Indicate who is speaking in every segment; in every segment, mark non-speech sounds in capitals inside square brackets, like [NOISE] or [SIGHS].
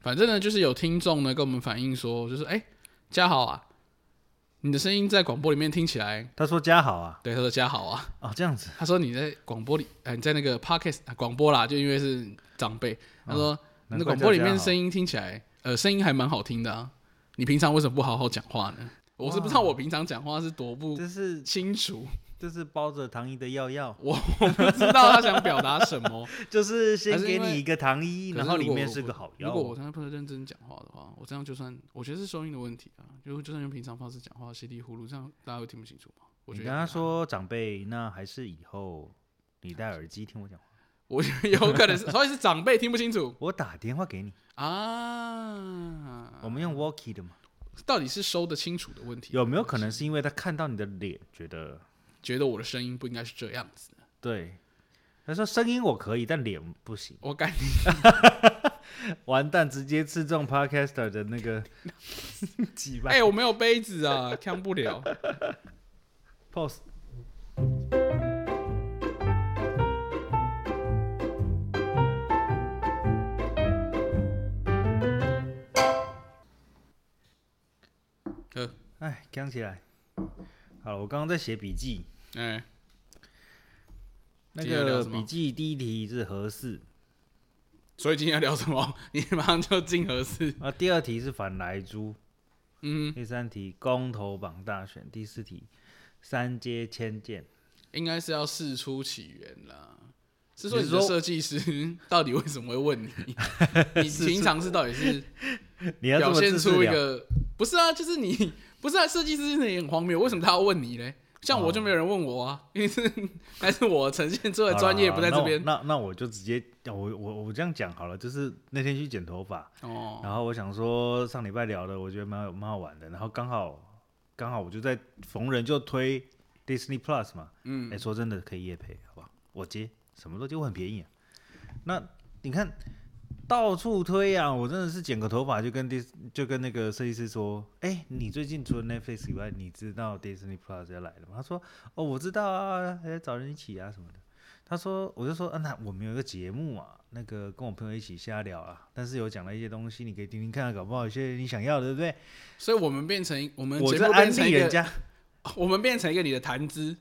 Speaker 1: 反正呢，就是有听众呢跟我们反映说，就是哎、嘉豪啊，你的声音在广播里面听起来，
Speaker 2: 他说加好啊，
Speaker 1: 对，他说嘉豪啊，
Speaker 2: 哦这样子，
Speaker 1: 他说你在广播里，呃，你在那个 podcast 啊广、播啦，就因为是长辈，他说、
Speaker 2: 嗯难
Speaker 1: 那
Speaker 2: 怪
Speaker 1: 广
Speaker 2: 叫
Speaker 1: 播里面
Speaker 2: 嘉豪
Speaker 1: 声音听起来，呃，声音还蛮好听的啊，你平常为什么不好好讲话呢？我是不知
Speaker 2: 啊
Speaker 1: 道我平常讲话是多不
Speaker 2: 这是
Speaker 1: 清楚， [LAUGHS]
Speaker 2: 这是包着糖衣的药药，
Speaker 1: 我不知道他想表达什么。
Speaker 2: 就是先
Speaker 1: 还是
Speaker 2: 给
Speaker 1: 因为
Speaker 2: 你一个糖衣，
Speaker 1: 可
Speaker 2: 然
Speaker 1: 是
Speaker 2: 后
Speaker 1: 如
Speaker 2: 里
Speaker 1: 果
Speaker 2: 面
Speaker 1: 我
Speaker 2: 是
Speaker 1: 不
Speaker 2: 个好
Speaker 1: 如果我
Speaker 2: 药。
Speaker 1: 跟他不认真讲话的话，我这样就算，我觉得是收音的问题啊。就就算用平常方式讲话，稀里糊涂，这样大家会听不清楚吗？我
Speaker 2: 你
Speaker 1: 觉
Speaker 2: 跟
Speaker 1: 得很难，
Speaker 2: 他说长辈，那还是以后你戴耳机听我讲话，
Speaker 1: 我觉得有可能是，所以是长辈听不清楚
Speaker 2: 我打电话给你，
Speaker 1: 啊。
Speaker 2: 我们用 walkie 的嘛。
Speaker 1: 到底是收得清楚的问题，
Speaker 2: 有没有可能是因为他看到你的脸，觉得
Speaker 1: 觉得我的声音不应该是这样子？
Speaker 2: 对？他说声音我可以，但脸不行。
Speaker 1: 我感觉
Speaker 2: 完蛋，直接刺中 podcaster 的那个 [LAUGHS] 几
Speaker 1: 哎、
Speaker 2: 百
Speaker 1: 我没有杯子啊，扛不了。
Speaker 2: pose。
Speaker 1: 呃，
Speaker 2: 哎，讲起来，好了，我刚刚在写笔记，
Speaker 1: 哎、
Speaker 2: 那
Speaker 1: 今天要聊
Speaker 2: 个
Speaker 1: 什么
Speaker 2: 笔记第一题是合适
Speaker 1: 所以今天要聊什么？你马上就进合适。
Speaker 2: 啊，第二题是反来猪，
Speaker 1: 嗯，
Speaker 2: 第三题公投榜大选，第四题三阶千剑。
Speaker 1: 应该是要事出起源啦。是说
Speaker 2: 你
Speaker 1: 你
Speaker 2: 是
Speaker 1: 的
Speaker 2: 说
Speaker 1: 设计师 [LAUGHS] 到底为什么会问
Speaker 2: [LAUGHS]
Speaker 1: 你？你平常是到底是
Speaker 2: [LAUGHS] 你要这
Speaker 1: 表
Speaker 2: 么
Speaker 1: 现
Speaker 2: 自私
Speaker 1: 出一
Speaker 2: 聊
Speaker 1: 个不是啊？就是你 [LAUGHS] 不是啊？设计师真的也很荒谬，为什么他要问你嘞？像我就没有人问我啊，因为是还是我呈现出
Speaker 2: 好
Speaker 1: 来
Speaker 2: 啦
Speaker 1: 专业
Speaker 2: 好
Speaker 1: 不在
Speaker 2: 啦
Speaker 1: 这
Speaker 2: 那我
Speaker 1: 边
Speaker 2: 那那我就直接哦我我我这样讲好了，就是那天去剪头发，
Speaker 1: 哦。
Speaker 2: 然后我想说上礼拜聊的，我觉得蛮有蛮好玩的，然后刚好刚好我就在逢人就推 Disney Plus 嘛，嗯，哎、说真的可以夜配，好不好？我接什么都接，我很便宜、啊。那你看到处推啊，我真的是剪个头发就跟 Dis 就跟那个设计师说，哎、你最近除了 Netflix 以外，你知道 Disney Plus 要来了吗？他说，哦，我知道啊，还找人一起啊什么的。他说，我就说，啊，那我们有一个节目啊，那个跟我朋友一起瞎聊啊，但是有讲了一些东西，你可以听听看啊，搞不好有些你想要的，对不对？
Speaker 1: 所以我们变成我们
Speaker 2: 我
Speaker 1: 节
Speaker 2: 在
Speaker 1: 目
Speaker 2: 安
Speaker 1: 变成
Speaker 2: 利
Speaker 1: 一
Speaker 2: 人
Speaker 1: 个，
Speaker 2: 家，
Speaker 1: 我们变成一个你的谈资，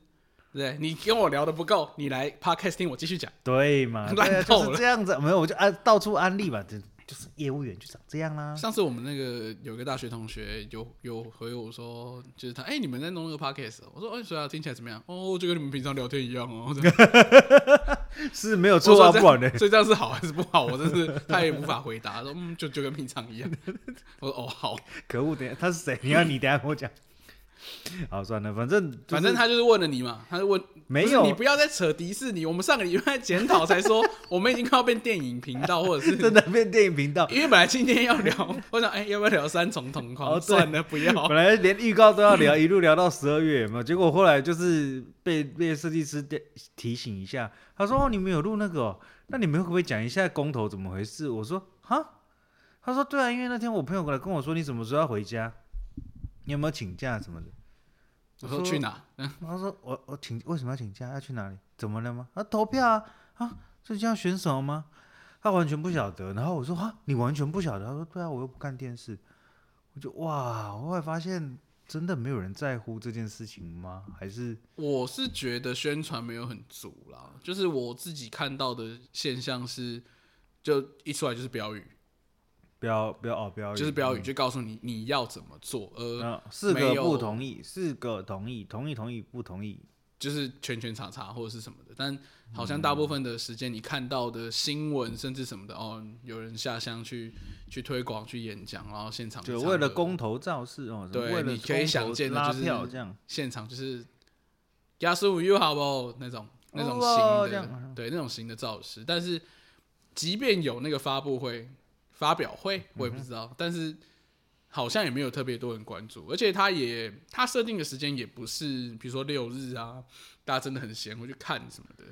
Speaker 1: 对不对？你跟我聊的不够，你来 podcast 听我继续讲。
Speaker 2: 对
Speaker 1: [LAUGHS]
Speaker 2: 嘛？
Speaker 1: 乱
Speaker 2: 对啊，
Speaker 1: 透
Speaker 2: 就
Speaker 1: 了
Speaker 2: 是这样子，没有我就安到处安利嘛，就就是业务员就长这样啦、
Speaker 1: 上次我们那个有个大学同学有有回我说，就是他哎、你们在弄那个 podcast，哦我说哎，所以啊，听起来怎么样？哦，就跟你们平常聊天一样哦。 [LAUGHS] 这样
Speaker 2: 是没
Speaker 1: [LAUGHS]
Speaker 2: 有
Speaker 1: 我说
Speaker 2: 错啊，
Speaker 1: 这
Speaker 2: 不然呢
Speaker 1: 样？所以这样是好还是不好？我真是他也无法回答，说嗯，就就跟平常一样。 [LAUGHS] 我说哦好，
Speaker 2: 可恶，等一下他是谁？你要你等一下跟我讲。好，算了，反正、
Speaker 1: 反正他就是问了你嘛，他就问
Speaker 2: 没
Speaker 1: 不是
Speaker 2: 有
Speaker 1: 你不要再扯迪士尼，我们上个礼拜检讨才说我们已经快要变电影频道，或者是
Speaker 2: 真的变电影频道，
Speaker 1: 因为本来今天要聊，我想哎、要不要聊三重同框？
Speaker 2: 哦对
Speaker 1: 算了，不要。
Speaker 2: 本来连预告都要聊，一路聊到十二月，有没有？结果后来就是被被设计师提提醒一下，他说：“哦，你们有录那个、哦，那你们会不会讲一下公投怎么回事？”我说：“哈。”他说：“对啊，因为那天我朋友过来跟我说，你什么时候要回家？你有没有请假什么的？”
Speaker 1: 我说去哪？
Speaker 2: 他说我我请为什么要请假？要去哪里？怎么了吗？啊，投票啊啊，最近要选什么吗？他完全不晓得。然后我说啊，你完全不晓得？他说对啊，我又不看电视。我就哇，我后来发现真的没有人在乎这件事情吗？还是
Speaker 1: 我是觉得宣传没有很足啦，就是我自己看到的现象是，就一出来就是标语，
Speaker 2: 标标哦标语
Speaker 1: 就是标语，就告诉你你要怎么做，呃，
Speaker 2: 啊，四
Speaker 1: 没
Speaker 2: 个
Speaker 1: 有
Speaker 2: 不同意，四个同意，同意同意不同意，
Speaker 1: 就是圈圈叉叉或者是什么的。但好像大部分的时间你看到的新闻甚至什么的，哦，有人下乡去去推广、去演讲，然后现场
Speaker 2: 就
Speaker 1: 唱
Speaker 2: 为了
Speaker 1: 歌
Speaker 2: 公投造势哦，什么
Speaker 1: 对
Speaker 2: 为了
Speaker 1: 你可以
Speaker 2: 公
Speaker 1: 想
Speaker 2: 投
Speaker 1: 见的
Speaker 2: 拉
Speaker 1: 就是
Speaker 2: 票这样，
Speaker 1: 现场就是亚苏五 U 好不好？那种那种
Speaker 2: 哇
Speaker 1: 型
Speaker 2: 哦这
Speaker 1: 的，
Speaker 2: 样
Speaker 1: 对那种型的造势。但是即便有那个发布会、发表会，我也不知道，
Speaker 2: 嗯
Speaker 1: 但是好像也没有特别多人关注，而且他也他设定的时间也不是，比如说六日啊，大家真的很闲会去看什么的。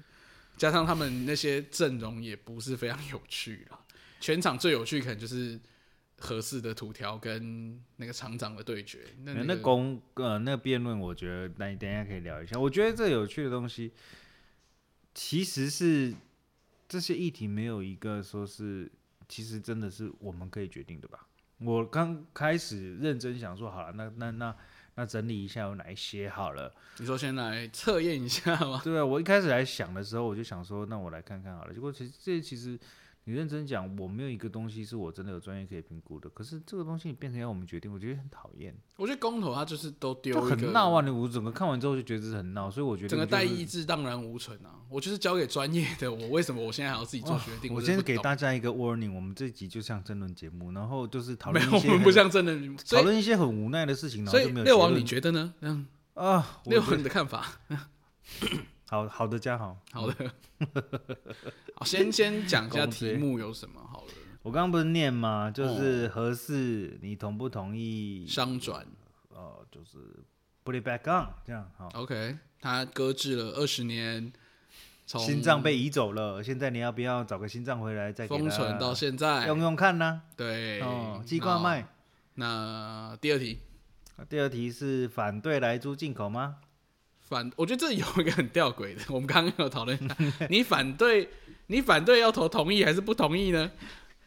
Speaker 1: 加上他们那些阵容也不是非常有趣啦，全场最有趣可能就是合适的土条跟那个厂长的对决。那
Speaker 2: 那
Speaker 1: 那
Speaker 2: 那
Speaker 1: 个
Speaker 2: 公呃那辩论，我觉得那你等一下可以聊一下。我觉得这有趣的东西，其实是这些议题没有一个说是其实真的是我们可以决定的吧。我刚开始认真想说，好了，那那那那整理一下有哪一些好了。
Speaker 1: 你说先来测验一下吗？ [LAUGHS]
Speaker 2: 对啊，我一开始来想的时候，我就想说，那我来看看好了。结果其实这其实你认真讲，我没有一个东西是我真的有专业可以评估的。可是这个东西你变成要我们决定，我觉得很讨厌，
Speaker 1: 我觉得公投它就是都丢
Speaker 2: 就
Speaker 1: 一个
Speaker 2: 很闹啊！你我整个看完之后就觉得这是很闹，所以我觉得
Speaker 1: 整个
Speaker 2: 就是
Speaker 1: 代意志荡然无存啊！我就是交给专业的，我为什么我现在还要自己做决定？
Speaker 2: 啊哦我
Speaker 1: 真
Speaker 2: 先
Speaker 1: 的
Speaker 2: 给
Speaker 1: 不懂
Speaker 2: 大家一个 warning，我们这集就像争论节目，然后就是讨
Speaker 1: 没
Speaker 2: 论
Speaker 1: 有，
Speaker 2: 一
Speaker 1: 我
Speaker 2: 些
Speaker 1: 们不
Speaker 2: 很
Speaker 1: 像真的民主，所
Speaker 2: 讨
Speaker 1: 以
Speaker 2: 论一些很无奈的事情，然后
Speaker 1: 所以
Speaker 2: 就没有
Speaker 1: 六
Speaker 2: 结
Speaker 1: 王
Speaker 2: 论
Speaker 1: 你觉得呢？嗯，
Speaker 2: 啊，我
Speaker 1: 六
Speaker 2: 觉
Speaker 1: 王
Speaker 2: 得
Speaker 1: 你的看法？
Speaker 2: 好好的家好。
Speaker 1: 好的， [LAUGHS] 好，先先讲一下
Speaker 2: 公
Speaker 1: 题
Speaker 2: 知
Speaker 1: 目有什么好了。
Speaker 2: 我刚刚不是念吗？
Speaker 1: 哦
Speaker 2: 就是合适，你同不同意？
Speaker 1: 商
Speaker 2: [LAUGHS]
Speaker 1: 转
Speaker 2: 呃，就是 put it back on 这样好。
Speaker 1: ，OK，他搁置了二十年，从
Speaker 2: 心脏被移走了，现在你要不要找个心脏回来再给
Speaker 1: 封
Speaker 2: 它
Speaker 1: 存到现在，
Speaker 2: 用用看呢？
Speaker 1: 对，
Speaker 2: 哦，鸡冠
Speaker 1: 那。
Speaker 2: 脉。
Speaker 1: 那第二题，
Speaker 2: 啊第二题是反对来猪进口吗？
Speaker 1: 反，我觉得这有一个很吊诡的，我们刚刚有讨论一下，你反对，你反对要投同意还是不同意呢？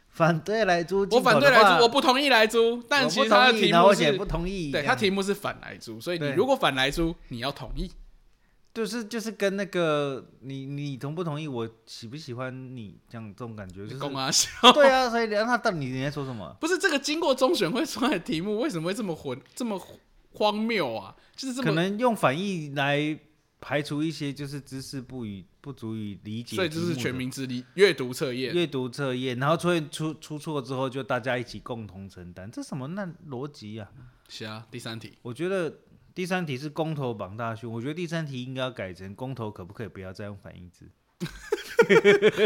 Speaker 2: 反对来猪进
Speaker 1: 我
Speaker 2: 口的
Speaker 1: 反
Speaker 2: 话，
Speaker 1: 对来租，我不同意来租，但
Speaker 2: 我
Speaker 1: 其
Speaker 2: 不
Speaker 1: 实他的
Speaker 2: 同意，
Speaker 1: 题
Speaker 2: 然后
Speaker 1: 目
Speaker 2: 我写不
Speaker 1: 是，
Speaker 2: 同意。
Speaker 1: 对
Speaker 2: 这
Speaker 1: 他
Speaker 2: 样
Speaker 1: 题目是反来租，所以你
Speaker 2: 对
Speaker 1: 如果反来租，你要同意。
Speaker 2: 就是就是跟那个你你同不同意我喜不喜欢你这样这种感觉，就是
Speaker 1: 公啊，笑
Speaker 2: [LAUGHS] 对啊，所以那到底你在说什么？
Speaker 1: [LAUGHS] 不是这个经过中选会出来的题目，为什么会这么混，这么荒谬啊？就是这
Speaker 2: 可
Speaker 1: 么，
Speaker 2: 能用反义来排除一些就是知识不与不足以理解，
Speaker 1: 所以这是全民智力阅读测验。
Speaker 2: 阅读测验，然后出现出出错之后，就大家一起共同承担，这什么烂逻辑啊？
Speaker 1: 是啊，第三题，
Speaker 2: 我觉得第三题是公投榜大选，我觉得第三题应该要改成公投可不可以不要再用反义字，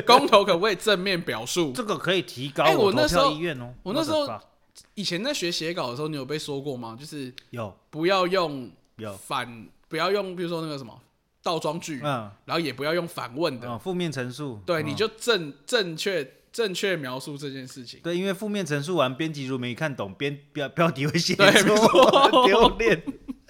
Speaker 1: 公投可不可以正面表述？
Speaker 2: 这个可以提高
Speaker 1: 哎我
Speaker 2: 投
Speaker 1: 那时候
Speaker 2: 票意愿哦。
Speaker 1: 我那时候
Speaker 2: What the fuck？
Speaker 1: 以前在学写稿的时候，你有被说过吗？就是
Speaker 2: 有
Speaker 1: 不要用
Speaker 2: 有
Speaker 1: 反，不要用，比如说那个什么倒装句，
Speaker 2: 嗯。
Speaker 1: 然后也不要用反问的。
Speaker 2: 哦，负面陈述，
Speaker 1: 对，
Speaker 2: 嗯
Speaker 1: 你就正正确正确描述这件事情。
Speaker 2: 对，因为负面陈述完，编辑如没看懂，编标标题会写
Speaker 1: 对没错
Speaker 2: 错，丢脸。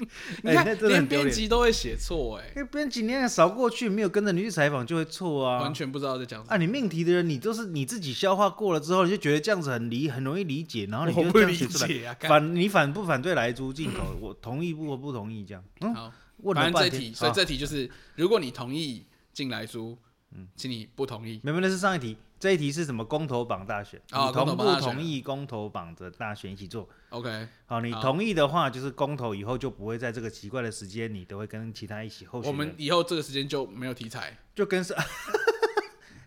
Speaker 1: [LAUGHS] 你
Speaker 2: 哎
Speaker 1: 看
Speaker 2: 那，真的
Speaker 1: 连
Speaker 2: 很丢
Speaker 1: 编
Speaker 2: 脸。
Speaker 1: 辑都会写错，哎，
Speaker 2: 因为编辑那样扫过去，没有跟着你去采访，就会错
Speaker 1: 完
Speaker 2: 啊。
Speaker 1: 全不知道在讲什
Speaker 2: 啊，你命题的人，你都是你自己消化过了之后，你就觉得这样子很理，很容易理解，然后
Speaker 1: 么。
Speaker 2: 你
Speaker 1: 我
Speaker 2: 就
Speaker 1: 不
Speaker 2: 这样
Speaker 1: 理
Speaker 2: 写出来。
Speaker 1: 解啊，干
Speaker 2: 反你反不反对来租进口？我同意不？我不同意这样。嗯，
Speaker 1: 好，
Speaker 2: 问了
Speaker 1: 反正
Speaker 2: 半
Speaker 1: 这
Speaker 2: 天啊
Speaker 1: 题，。所以
Speaker 2: 好
Speaker 1: 这题就是，如果你同意进来租，
Speaker 2: 嗯
Speaker 1: 请你不同意。
Speaker 2: 没有，那是上一题。这一题是什么？公投榜大选，
Speaker 1: 哦
Speaker 2: 你
Speaker 1: 公投榜
Speaker 2: 同不
Speaker 1: 大选
Speaker 2: 同意公投榜的大选一起做？
Speaker 1: OK，
Speaker 2: 好，你
Speaker 1: 好
Speaker 2: 同意的话，就是公投以后就不会在这个奇怪的时间，你都会跟其他一起候选
Speaker 1: 我
Speaker 2: 人
Speaker 1: 们啊以后这个时间就没有题材，
Speaker 2: 就跟是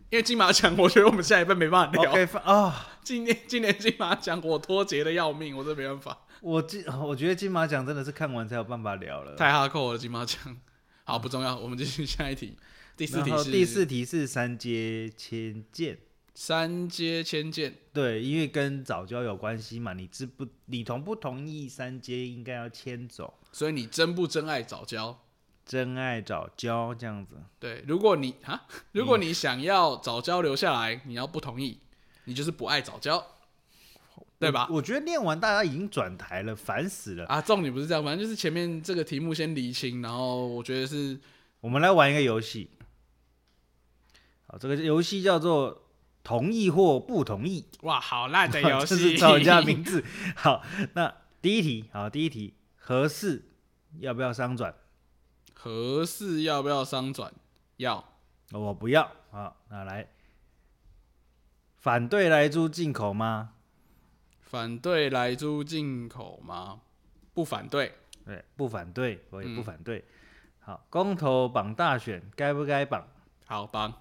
Speaker 1: 因为金马奖，我觉得我们下一份没办法聊。
Speaker 2: OK 啊、
Speaker 1: 今年今年金马奖我脱节的要命，我真没办法，
Speaker 2: 我金我觉得金马奖真的是看完才有办法聊了。
Speaker 1: 太哈扣了金马奖。 [LAUGHS] 好，不重要，我们继续下一题。第四
Speaker 2: 然
Speaker 1: 题
Speaker 2: 后
Speaker 1: 是
Speaker 2: 第四题是三阶迁建，
Speaker 1: 三阶千剑，
Speaker 2: 对，因为跟早教有关系嘛，你知不？你同不同意三阶应该要迁走？
Speaker 1: 所以你真不真爱早教？
Speaker 2: 真爱早教这样子，
Speaker 1: 对，如果你啊，
Speaker 2: 嗯
Speaker 1: 如果你想要早教留下来，你要不同意，你就是不爱早教，对吧？
Speaker 2: 我？我觉得念完大家已经转台了，烦死了。
Speaker 1: 啊，重点不是这样，反正就是前面这个题目先厘清，然后我觉得是
Speaker 2: 我们来玩一个游戏。好，这个游戏叫做“同意或不同意
Speaker 1: 哇，好烂”，
Speaker 2: [LAUGHS]
Speaker 1: 的游
Speaker 2: 这
Speaker 1: 戏，
Speaker 2: 是吵架名字。好，那第一题，好，第一题，合适要不要商转？
Speaker 1: 合适要不要商转？要，
Speaker 2: 我不要。好，那来，反对来猪进口吗？
Speaker 1: 反对来租进口吗？不反对，
Speaker 2: 对，不反对，我
Speaker 1: 嗯
Speaker 2: 也不反对。好，公投绑大选该不该绑？
Speaker 1: 好帮，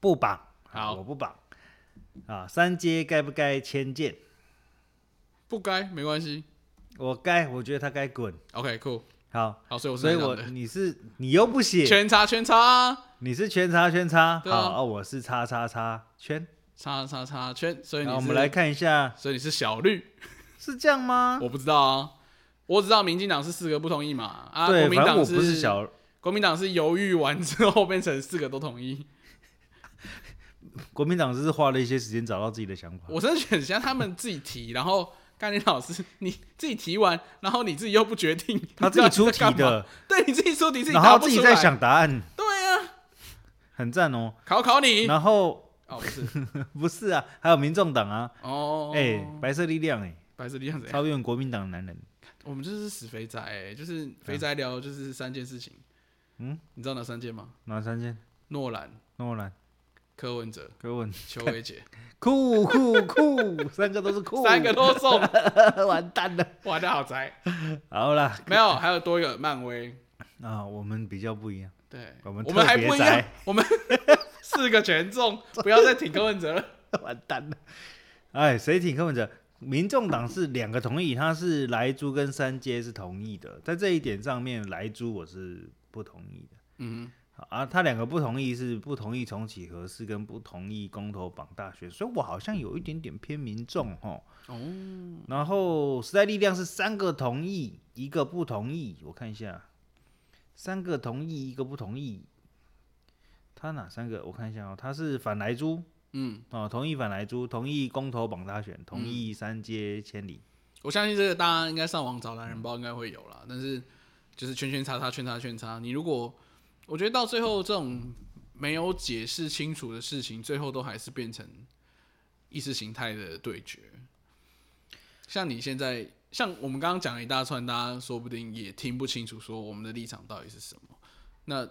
Speaker 2: 不绑。
Speaker 1: 好
Speaker 2: 我不绑。啊，三阶该不该迁建？
Speaker 1: 不该没关系
Speaker 2: 我该，我觉得他该滚。
Speaker 1: ，OK，酷，
Speaker 2: 好，
Speaker 1: 好，所以我是
Speaker 2: 所以
Speaker 1: 那样
Speaker 2: 我
Speaker 1: 的，
Speaker 2: 你是你又不写，
Speaker 1: 圈叉圈叉
Speaker 2: 你是圈叉圈叉，
Speaker 1: 对
Speaker 2: 好
Speaker 1: 啊
Speaker 2: 啊，我是叉叉叉圈。
Speaker 1: 叉叉叉圈，所以
Speaker 2: 然
Speaker 1: 你
Speaker 2: 后我
Speaker 1: 是
Speaker 2: 们来，看一下，
Speaker 1: 所以你是小绿。
Speaker 2: 是这样吗？
Speaker 1: 我不知道啊，我只知道民进党是四个不同意嘛，啊，国
Speaker 2: 对，
Speaker 1: 民
Speaker 2: 反
Speaker 1: 党
Speaker 2: 正我不是小，
Speaker 1: 国民党是犹豫完之后变成四个都同意，
Speaker 2: 国民党只是花了一些时间找到自己的想法。
Speaker 1: 我真的觉得很像他们自己提，然后甘霖老师你自己提完，然后你自己又不决定，
Speaker 2: 他
Speaker 1: 你
Speaker 2: 自
Speaker 1: 到
Speaker 2: 己
Speaker 1: 底在
Speaker 2: 出题
Speaker 1: 干嘛，
Speaker 2: 的，
Speaker 1: 对，你自己出题，自己
Speaker 2: 然
Speaker 1: 答
Speaker 2: 后
Speaker 1: 不
Speaker 2: 自己
Speaker 1: 出
Speaker 2: 在
Speaker 1: 来，
Speaker 2: 想答案，
Speaker 1: 对啊，
Speaker 2: 很赞哦。
Speaker 1: 考考你，
Speaker 2: 然后 [LAUGHS]
Speaker 1: 哦，不是
Speaker 2: 不是啊，还有民众党啊，
Speaker 1: 哦，
Speaker 2: 哎、白色力量哎、
Speaker 1: 白色力量怎样？
Speaker 2: 超越国民党的男人，
Speaker 1: 我们就是死肥宅、欸，就是肥宅聊就是三件事情。
Speaker 2: 嗯，
Speaker 1: 你知道哪三件吗？
Speaker 2: 哪三件？
Speaker 1: 诺兰、
Speaker 2: 诺兰、
Speaker 1: 柯文哲、
Speaker 2: 柯文，
Speaker 1: 邱伟
Speaker 2: [LAUGHS]
Speaker 1: 杰，
Speaker 2: 酷酷酷，三个都是酷，
Speaker 1: 三个都中，
Speaker 2: [LAUGHS] 完蛋了。
Speaker 1: 哇，那好
Speaker 2: [LAUGHS]
Speaker 1: 宅。
Speaker 2: 好啦，
Speaker 1: 没有，还有多一个漫威。
Speaker 2: 啊，我们比较不一样，
Speaker 1: 对，
Speaker 2: 我们特
Speaker 1: 还
Speaker 2: 别
Speaker 1: 不一样
Speaker 2: 宅，
Speaker 1: 我们 [LAUGHS] 四个全中，不要再挺柯文哲了。
Speaker 2: [LAUGHS] 完蛋了。哎，谁挺柯文哲？民众党是两个同意，他是莱猪跟三阶是同意的，在这一点上面，莱猪我是不同意的。
Speaker 1: 嗯，
Speaker 2: 啊，他两个不同意是不同意重启核试，跟不同意公投绑大选，所以我好像有一点点偏民众哦。然后时代力量是三个同意，一个不同意。我看一下，三个同意，一个不同意。他哪三个？我看一下哦，他是反莱猪，
Speaker 1: 嗯，
Speaker 2: 哦，同意反莱猪，同意公投绑大选，同意三阶千里。
Speaker 1: 我相信这个大家应该上网找懒人包应该会有啦，但是就是圈圈叉叉圈叉圈叉，你如果我觉得到最后这种没有解释清楚的事情，最后都还是变成意识形态的对决。像你现在，像我们刚刚讲了一大串，大家说不定也听不清楚，说我们的立场到底是什么。那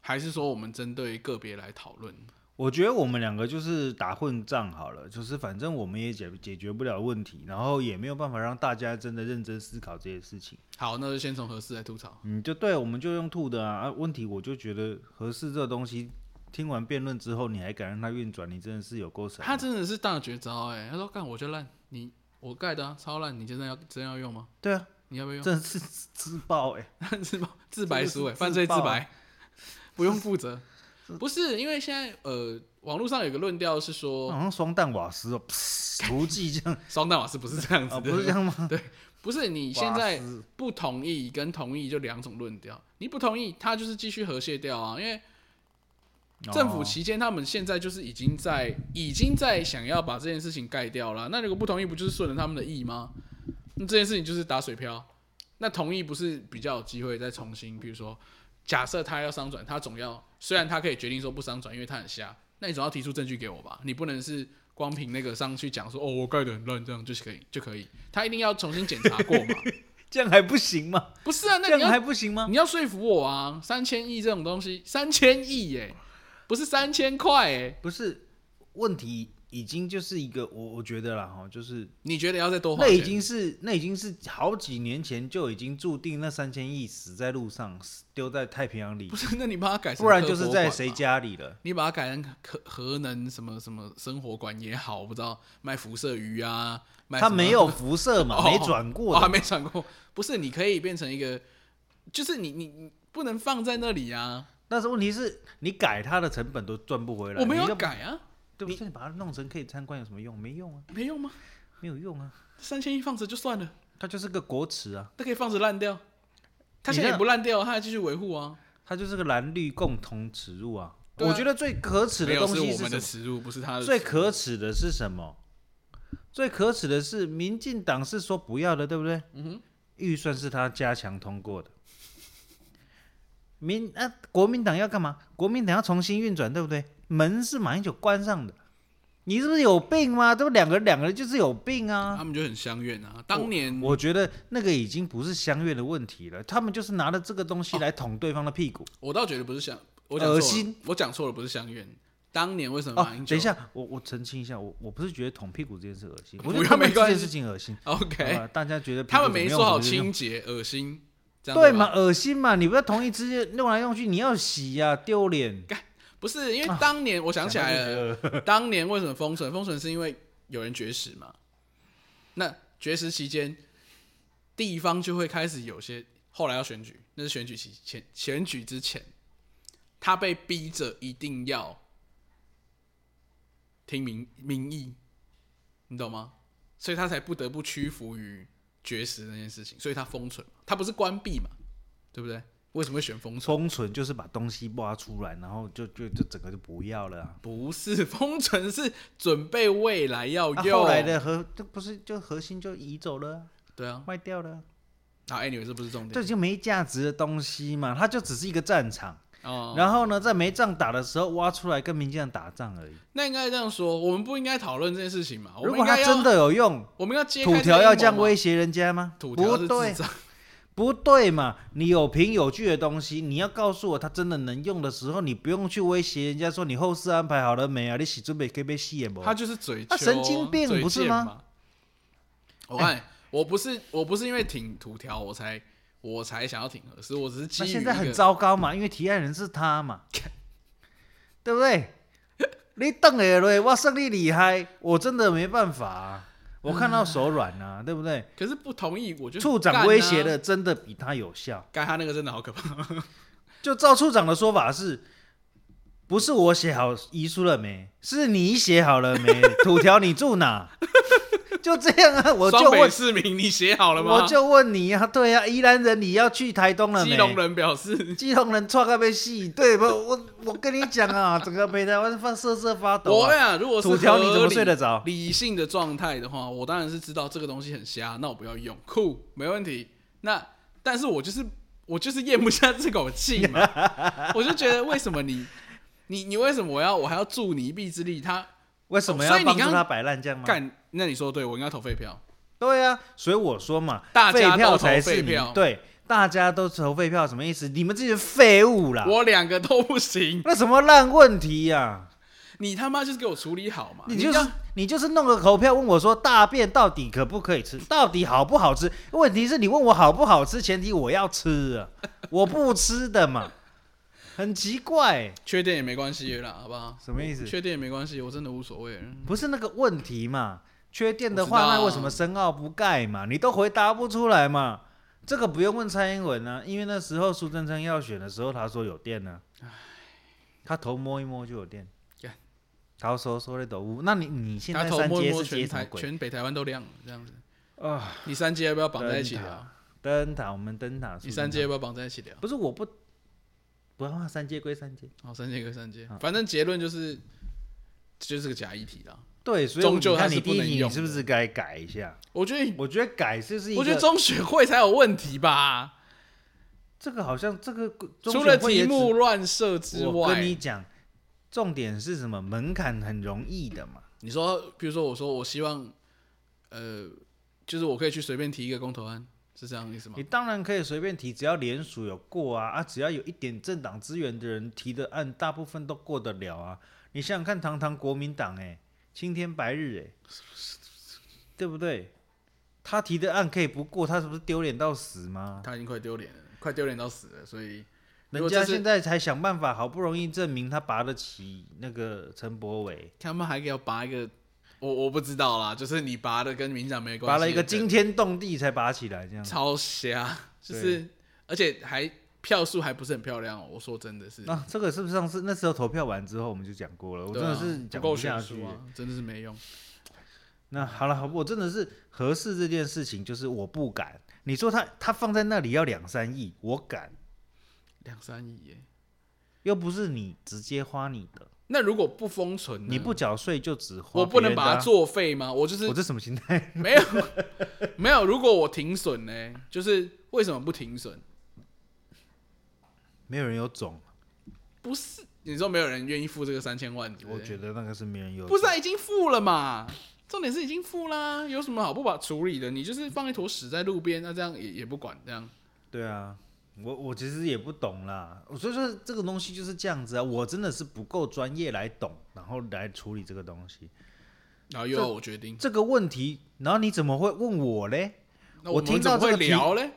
Speaker 1: 还是说我们针对个别来讨论？
Speaker 2: 我觉得我们两个就是打混战好了，就是反正我们也解解决不了问题，然后也没有办法让大家真的认真思考这些事情。
Speaker 1: 好，那就先从合适来吐槽。
Speaker 2: 嗯，就对，我们就用吐的啊。啊问题我就觉得合适这东西，听完辩论之后，你还敢让它运转，你真的是有啊够神。
Speaker 1: 他真的是大绝招哎、他说干我就烂，你我盖的啊，超烂，你真的要真要用吗？
Speaker 2: 对啊，
Speaker 1: 你要不要
Speaker 2: 真的是自爆哎、 [LAUGHS]
Speaker 1: 用？自爆自白书哎、
Speaker 2: 这个是
Speaker 1: 犯罪
Speaker 2: 自
Speaker 1: 自
Speaker 2: 爆啊
Speaker 1: 白， [LAUGHS] 不用负
Speaker 2: [LAUGHS]
Speaker 1: 责。不是因为现在呃，网络上有个论调是说
Speaker 2: 哦好像双弹瓦斯哦，噗毒剂这样
Speaker 1: 双蛋瓦斯不是这样
Speaker 2: 啊，
Speaker 1: 子的，
Speaker 2: 不是这样吗？
Speaker 1: 不是 [LAUGHS] 你现在
Speaker 2: 瓦斯
Speaker 1: 不同意跟同意就两种论调，你不同意他就是继续和谐掉啊，因为政府
Speaker 2: 哦
Speaker 1: 期间他们现在就是已经在已经在想要把这件事情盖掉了，那如果不同意不就是顺着他们的意吗？那这件事情就是打水漂，那同意不是比较有机会再重新，比如说假设他要商转，他总要虽然他可以决定说不商转，因为他很瞎，那你总要提出证据给我吧，你不能是。光凭那个上去讲说哦，我盖的很烂，这样就是可以就可以，他一定要重新检查过嘛？
Speaker 2: 这样还不行吗？
Speaker 1: 不是啊，那
Speaker 2: 这
Speaker 1: 你
Speaker 2: 样
Speaker 1: 要
Speaker 2: 还不行吗？
Speaker 1: 你要说服我啊！三千亿这种东西，三千亿耶、不是三千块耶、
Speaker 2: 不是，问题已经就是一个我我觉得啦哈，就是
Speaker 1: 你觉得要再多花
Speaker 2: 那
Speaker 1: 钱？
Speaker 2: 已经是那已经是好几年前就已经注定那三千亿死在路上，死丢在太平洋里
Speaker 1: 不，是？那你把它改成
Speaker 2: 不然
Speaker 1: 科
Speaker 2: 就是
Speaker 1: 博
Speaker 2: 在
Speaker 1: 馆
Speaker 2: 谁
Speaker 1: 嘛？
Speaker 2: 家里了。
Speaker 1: 你把它改成核核能什么什么生活馆也好，我不知道卖辐射鱼啊，卖
Speaker 2: 他
Speaker 1: 什么
Speaker 2: 没有辐射
Speaker 1: [LAUGHS] 哦
Speaker 2: 嘛，没转
Speaker 1: 哦
Speaker 2: 过
Speaker 1: 还
Speaker 2: 的。
Speaker 1: 没转过。不是，你可以变成一个，就是你你你不能放在那里啊！
Speaker 2: 但是问题是你改它的成本都赚不回来。
Speaker 1: 我没
Speaker 2: 你
Speaker 1: 有
Speaker 2: 就，
Speaker 1: 改啊，
Speaker 2: 对不对？你把它弄成可以参观有什么用？没用啊，
Speaker 1: 没用吗？
Speaker 2: 没有用啊，
Speaker 1: 三千亿放着就算了，
Speaker 2: 它就是个国耻啊，
Speaker 1: 它可以放着烂掉。它
Speaker 2: 你
Speaker 1: 现在
Speaker 2: 这
Speaker 1: 也
Speaker 2: 样
Speaker 1: 不烂掉，它还继续维护啊。
Speaker 2: 它就是个蓝绿共同耻辱啊。
Speaker 1: 对啊
Speaker 2: 我觉得最可耻
Speaker 1: 没
Speaker 2: 的
Speaker 1: 有
Speaker 2: 东西
Speaker 1: 我们的
Speaker 2: 什
Speaker 1: 耻辱，不是他
Speaker 2: 么？
Speaker 1: 的。
Speaker 2: 最可耻的是什么？最可耻的是民进党是说不要的，对不对？
Speaker 1: 嗯哼，
Speaker 2: 预算是他加强通过的。民啊，国民党要干嘛？国民党要重新运转，对不对？门是马英九关上的，你是不是有病吗？这不两个人两个人就是有病啊！
Speaker 1: 他们就很相怨啊。当年我
Speaker 2: 我觉得那个已经不是相约的问题了，他们就是拿了这个东
Speaker 1: 哦
Speaker 2: 西来捅对方的屁股。
Speaker 1: 倒觉得不是相，我讲错了
Speaker 2: 恶心，
Speaker 1: 我讲错了，不是相怨。当年为什么
Speaker 2: 哦
Speaker 1: 马英，九？
Speaker 2: 等一下，我我澄清一下，我我不是觉得捅屁股这件事恶心，
Speaker 1: 不
Speaker 2: 我觉得
Speaker 1: 要
Speaker 2: 他们
Speaker 1: 没
Speaker 2: 这
Speaker 1: 关
Speaker 2: 件
Speaker 1: 系
Speaker 2: 事情恶心。好
Speaker 1: ，OK，
Speaker 2: 呃吧大家觉得屁
Speaker 1: 他们
Speaker 2: 股怎
Speaker 1: 没
Speaker 2: 么样
Speaker 1: 做好
Speaker 2: 我觉得
Speaker 1: 清洁，恶心，这样
Speaker 2: 对
Speaker 1: 吗？
Speaker 2: 嘛，恶心嘛，你不要同意直接用来用去，你要洗呀、丢脸。
Speaker 1: 不是，因为当年我想起来了，
Speaker 2: 了，
Speaker 1: 当年为什么封存？封存是因为有人绝食嘛。那绝食期间，地方就会开始有些后来要选举，那是选举期前选举之前，他被逼着一定要听民民意，你懂吗？所以他才不得不屈服于绝食那件事情，所以他封存嘛，他不是关闭嘛，对不对？为什么会选封存？
Speaker 2: 封存就是把东西挖出来，然后就就就整个就不要了啊。
Speaker 1: 不是封存，是准备未来要
Speaker 2: 啊
Speaker 1: 用。
Speaker 2: 后来的核这不是就核心就移走了
Speaker 1: 对啊
Speaker 2: 啊，，卖掉了啊，
Speaker 1: 啊，anyway，这不是重点。
Speaker 2: 这就没价值的东西嘛，它就只是一个战场。
Speaker 1: 哦，
Speaker 2: 然后呢，在没仗打的时候挖出来跟民进党打仗而已。
Speaker 1: 那应该这样说，我们不应该讨论这件事情嘛？啊我
Speaker 2: 如
Speaker 1: 们
Speaker 2: 果
Speaker 1: 应
Speaker 2: 他
Speaker 1: 该要
Speaker 2: 真，的有用，
Speaker 1: 我们要揭开
Speaker 2: 土
Speaker 1: 这个
Speaker 2: 条
Speaker 1: 阴
Speaker 2: 要
Speaker 1: 谋
Speaker 2: 这样
Speaker 1: 嘛
Speaker 2: 威胁人家吗？
Speaker 1: 土条
Speaker 2: 不
Speaker 1: 是
Speaker 2: 对
Speaker 1: 智，障，
Speaker 2: 不对嘛！你有凭有据的东西，你要告诉我它真的能用的时候，你不用去威胁人家说你后事安排好了没啊？你洗准备可以被戏也不？
Speaker 1: 他就是嘴
Speaker 2: 他
Speaker 1: 丘
Speaker 2: 神经病
Speaker 1: 嘴
Speaker 2: 不是
Speaker 1: 贱
Speaker 2: 吗
Speaker 1: 嘛？我看我不是我不是因为挺土条我才我才想要挺合适，我只是基
Speaker 2: 那
Speaker 1: 于
Speaker 2: 现在
Speaker 1: 一
Speaker 2: 很
Speaker 1: 个
Speaker 2: 糟糕嘛，因为提案人是他嘛， [LAUGHS] 对不对？你瞪下来，我胜利厉害，我真的没办法、啊，我看到手软啊，对不对？
Speaker 1: 可是不同意，我就
Speaker 2: 处
Speaker 1: 干
Speaker 2: 长
Speaker 1: 啊
Speaker 2: 威胁的，真的比他有效。
Speaker 1: 干他那个真的好可怕。
Speaker 2: 就赵处长的说法是，不是我写好遗书了没？是你写好了没？ [LAUGHS] 土条你住哪？就这样
Speaker 1: [LAUGHS]
Speaker 2: 啊，我就
Speaker 1: 双北
Speaker 2: 问，
Speaker 1: 市民，你写好了吗？
Speaker 2: 我就问你啊，对啊，宜兰人你要去台东了没？
Speaker 1: 基隆人表示，
Speaker 2: 基隆人创个被戏，对不？我我跟你讲
Speaker 1: [LAUGHS]
Speaker 2: 啊，整个北台湾发瑟瑟发抖、
Speaker 1: 我
Speaker 2: 啊。
Speaker 1: 呀，如果是
Speaker 2: 土条你
Speaker 1: 合
Speaker 2: 怎么
Speaker 1: 理
Speaker 2: 睡得着
Speaker 1: 理性的状态的话，我当然是知道这个东西很瞎，那我不要用，酷，没问题。那但是我就是我就是咽不下这口气
Speaker 2: [LAUGHS]
Speaker 1: 嘛，我就觉得为什么你你你为什么我要我还要助你一臂之力？他
Speaker 2: 为什么
Speaker 1: 所
Speaker 2: 要
Speaker 1: 以你
Speaker 2: 帮助
Speaker 1: 刚
Speaker 2: 他摆烂这样吗？
Speaker 1: 干，那你说对，我应该投废票。
Speaker 2: 对啊，所以我说嘛，
Speaker 1: 大家
Speaker 2: 废票
Speaker 1: 都投
Speaker 2: 才
Speaker 1: 废
Speaker 2: 是你
Speaker 1: 票
Speaker 2: 对，大家都投废票什么意思？你们这些废物啦！
Speaker 1: 我两个都不行，
Speaker 2: 那什么烂问题啊呀、
Speaker 1: 你他妈就是给我处理好嘛！
Speaker 2: 你就
Speaker 1: 啊这
Speaker 2: 是
Speaker 1: 样
Speaker 2: 你就是弄个口票问我说大便到底可不可以吃，到底好不好吃？问题是你问我好不好吃，前提我要吃
Speaker 1: [LAUGHS]
Speaker 2: 啊，我不吃的嘛，很奇怪欸、
Speaker 1: 缺点也没关系啦，好不好？
Speaker 2: 什么意思
Speaker 1: 缺点也没关系，我真的无所谓。
Speaker 2: 不是那个问题嘛？缺电的
Speaker 1: 我
Speaker 2: 话，
Speaker 1: 知道啊
Speaker 2: 那为什么深奥不盖嘛？你都回答不出来嘛？这个不用问蔡英文啊，因为那时候苏贞昌要选的时候，他说有电呢、他头摸一摸就有电
Speaker 1: 干。
Speaker 2: 他说说的抖屋，那你你现
Speaker 1: 他
Speaker 2: 在
Speaker 1: 头
Speaker 2: 三
Speaker 1: 摸一
Speaker 2: 阶
Speaker 1: 摸，
Speaker 2: 是接
Speaker 1: 全
Speaker 2: 什么
Speaker 1: 台
Speaker 2: 鬼
Speaker 1: 全北台湾都亮了，这样子。
Speaker 2: 啊？
Speaker 1: 你三阶要不要绑在一起
Speaker 2: 灯塔
Speaker 1: 聊？
Speaker 2: 灯塔，我们灯塔。
Speaker 1: 你三阶要不要绑在一起聊？
Speaker 2: 不是我不不要画三阶归三阶，
Speaker 1: 好，三阶跟三
Speaker 2: 啊
Speaker 1: 阶，反正结论就是这就是个假议题啦。
Speaker 2: 对，所以
Speaker 1: 终究
Speaker 2: 你
Speaker 1: 它
Speaker 2: 看
Speaker 1: 是
Speaker 2: 你第一
Speaker 1: 不能
Speaker 2: 题，
Speaker 1: 用
Speaker 2: 你是不是该改一下？
Speaker 1: 我觉得，
Speaker 2: 我觉得改就是一个，
Speaker 1: 我觉得中学会才有问题吧，
Speaker 2: 这个好像这个
Speaker 1: 除
Speaker 2: 中选
Speaker 1: 了
Speaker 2: 会
Speaker 1: 题
Speaker 2: 也
Speaker 1: 目
Speaker 2: 只
Speaker 1: 乱设之
Speaker 2: 我
Speaker 1: 外
Speaker 2: 跟，你讲，重点是什么？门槛很容易的嘛。
Speaker 1: 你说，比如说，我说我希望，呃，就是我可以去随便提一个公投案，是这样的意思吗
Speaker 2: 你？当然可以随便提，只要联署有过啊啊，只要有一点政党资源的人提的案，大部分都过得了啊。你想想看，堂堂国民党哎、青天白日哎、对不对？他提的案可以不过，他是不是丢脸到死吗？
Speaker 1: 他已经快丢脸了，快丢脸到死了，所以如
Speaker 2: 人
Speaker 1: 果
Speaker 2: 家
Speaker 1: 这是
Speaker 2: 现在才想办法，好不容易证明他拔得起那个陈柏伟，
Speaker 1: 他们还给我拔一个，我我不知道啦，就是你拔的跟民长没关系，
Speaker 2: 拔了一个惊天动地才拔起来，这样
Speaker 1: 超瞎，就是而且还票数还不是很漂亮、哦。我说真的是，
Speaker 2: 那、啊这个是不是上次那时候投票完之后我们就讲过了？我
Speaker 1: 对
Speaker 2: 真
Speaker 1: 啊
Speaker 2: 的是
Speaker 1: 不
Speaker 2: 讲
Speaker 1: 够
Speaker 2: 下
Speaker 1: 悬
Speaker 2: 去
Speaker 1: 殊。
Speaker 2: 欸
Speaker 1: 啊，真的是没用。
Speaker 2: 那好了，好，我真的是合适这件事情，就是我不敢。你说他他放在那里要两三亿，我敢，
Speaker 1: 两三亿耶，
Speaker 2: 又不是你直接花你的，
Speaker 1: 那如果不封存呢，
Speaker 2: 你不缴税就只花别人的啊、
Speaker 1: 我不能把它作废吗？我就是
Speaker 2: 我这什么心态？ [LAUGHS]
Speaker 1: 没有 [LAUGHS] 没有。如果我停损呢，就是为什么不停损？
Speaker 2: 没有人有种，
Speaker 1: 不是你说没有人愿意付这个三千万，
Speaker 2: 我觉
Speaker 1: 得
Speaker 2: 得那个是没人有种。
Speaker 1: 不是、啊、已经付了嘛。重点是已经付啦，有什么好不把处理的？你就是放一坨屎在路边，那这样也也不管，这样
Speaker 2: 对啊，我我其实也不懂啦，所以说这个东西就是这样子啊，我真的是不够专业来懂，然后来处理这个东西
Speaker 1: 然后又要我决定，
Speaker 2: 这个问题，然后你怎么会问我嘞？
Speaker 1: 那
Speaker 2: 我
Speaker 1: 们
Speaker 2: 听
Speaker 1: 怎么
Speaker 2: 到这
Speaker 1: 会
Speaker 2: 个题
Speaker 1: 聊嘞，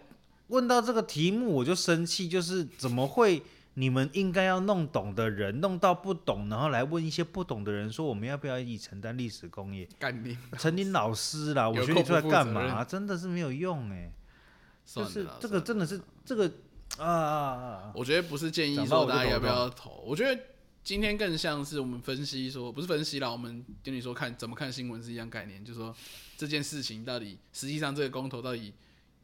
Speaker 2: 问到这个题目我就生气，就是怎么会你们应该要弄懂的人弄到不懂，然后来问一些不懂的人说我们要不要一起承担历史
Speaker 1: [LAUGHS]
Speaker 2: 工业？
Speaker 1: 干你
Speaker 2: 陈林老师啦，我
Speaker 1: 有
Speaker 2: 觉
Speaker 1: 够
Speaker 2: 得你出来
Speaker 1: 不负
Speaker 2: 干
Speaker 1: 责
Speaker 2: 嘛、
Speaker 1: 任
Speaker 2: 真的是没有用哎、就
Speaker 1: 算了
Speaker 2: 是
Speaker 1: 啦
Speaker 2: 这个
Speaker 1: 算了
Speaker 2: 真的是这个啊啊啊啊！
Speaker 1: 我觉得不是建议
Speaker 2: 讲到
Speaker 1: 说
Speaker 2: 我就
Speaker 1: 大家要
Speaker 2: 头
Speaker 1: 不要投，我觉得今天更像是我们分析说，不是分析啦，我们跟你说看怎么看新闻是一样概念，就是说这件事情到底实际上这个公投到底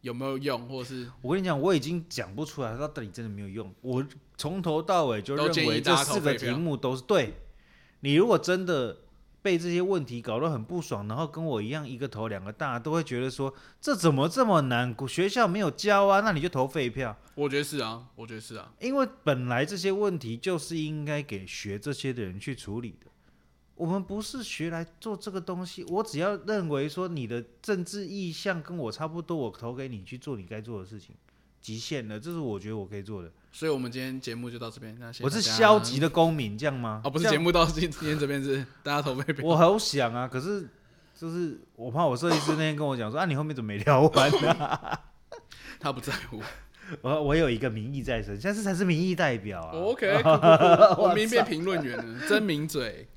Speaker 1: 有没有用，或者是
Speaker 2: 我跟你讲，我已经讲不出来，它到底真的没有用。我从头到尾就
Speaker 1: 都建
Speaker 2: 认
Speaker 1: 议
Speaker 2: 为
Speaker 1: 大
Speaker 2: 这
Speaker 1: 家投
Speaker 2: 四个
Speaker 1: 废
Speaker 2: 题
Speaker 1: 票
Speaker 2: 目都是对。你如果真的被这些问题搞得很不爽，然后跟我一样一个头两个大，都会觉得说这怎么这么难？学校没有教啊，那你就投废票。
Speaker 1: 我觉得是啊，我觉得是啊，
Speaker 2: 因为本来这些问题就是应该给学这些的人去处理的。我们不是学来做这个东西，我只要认为说你的政治意向跟我差不多，我投给你去做你该做的事情，极限了，这是我觉得我可以做的。
Speaker 1: 所以我们今天节目就到这边。那谢谢
Speaker 2: 我是
Speaker 1: 大家
Speaker 2: 消极的公民，这样吗？
Speaker 1: 哦，不是
Speaker 2: 这样
Speaker 1: 节目到今今天这边是大家投废票，
Speaker 2: 我好想啊，可是就是我怕我设计师那天跟我讲说啊，你后面怎么没聊完 [LAUGHS] 呢、
Speaker 1: 他不在乎。
Speaker 2: 我我有一个民意在身，但是才是民意代表啊。
Speaker 1: OK，酷酷酷我明天变评论员了，真名嘴。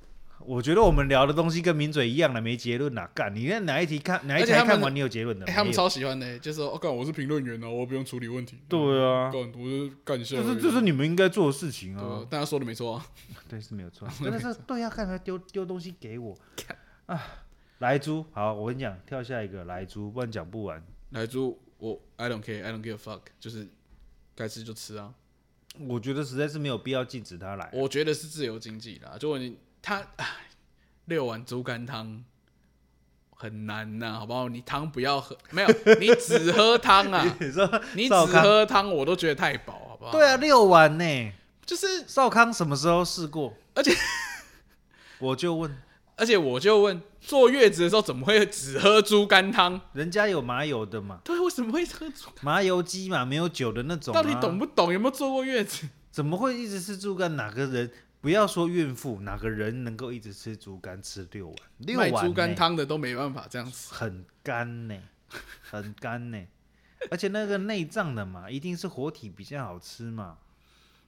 Speaker 2: 我觉得我们聊的东西跟名嘴一样了，没结论呐。干，你那哪一题看哪一
Speaker 1: 而
Speaker 2: 题
Speaker 1: 且他们
Speaker 2: 看完你有结论的？
Speaker 1: 哎，他们
Speaker 2: 没有
Speaker 1: 超喜欢的，就说：“我干，我是评论员哦，我不用处理问题。”
Speaker 2: 对啊，
Speaker 1: 干，我是干一下而
Speaker 2: 这
Speaker 1: 已。
Speaker 2: 是这是你们应该做的事情啊
Speaker 1: 啊对。大家说的没错啊。
Speaker 2: 对，是没
Speaker 1: [LAUGHS]
Speaker 2: 有错，真的是对啊，看他丢丢东西给我啊。来猪，好，我跟你讲，跳下一个来猪，不然讲不完。
Speaker 1: 来猪，我 I don't care，I don't give a fuck，就是该吃就吃啊。
Speaker 2: 我觉得实在是没有必要禁止他 [LAUGHS] 来。，
Speaker 1: 我觉得是自由经济啦，就你他唉六碗猪肝汤很难呐、好不好？你汤不要喝， [LAUGHS] 没有，你只喝汤啊
Speaker 2: [LAUGHS] 你说
Speaker 1: 你只
Speaker 2: 少康
Speaker 1: 喝汤我都觉得太饱，好不好？
Speaker 2: 对啊，六碗呢？
Speaker 1: 就是
Speaker 2: 少康什么时候试过？
Speaker 1: 而且
Speaker 2: [LAUGHS] 我就问，
Speaker 1: 而且我就问，坐月子的时候怎么会只喝猪肝汤？
Speaker 2: 人家有麻油的嘛，
Speaker 1: 对，为什么会喝猪？
Speaker 2: 麻油鸡嘛，没有酒的那种、啊。
Speaker 1: 到底懂不懂？有没有坐过月子？
Speaker 2: 怎么会一直吃猪肝？哪个人不要说孕妇，哪个人能够一直吃猪肝吃六碗？六
Speaker 1: 卖
Speaker 2: 碗、
Speaker 1: 猪肝汤的都没办法这样子。
Speaker 2: 很干呢、很干呢、而且那个内脏的嘛，一定是活体比较好吃嘛，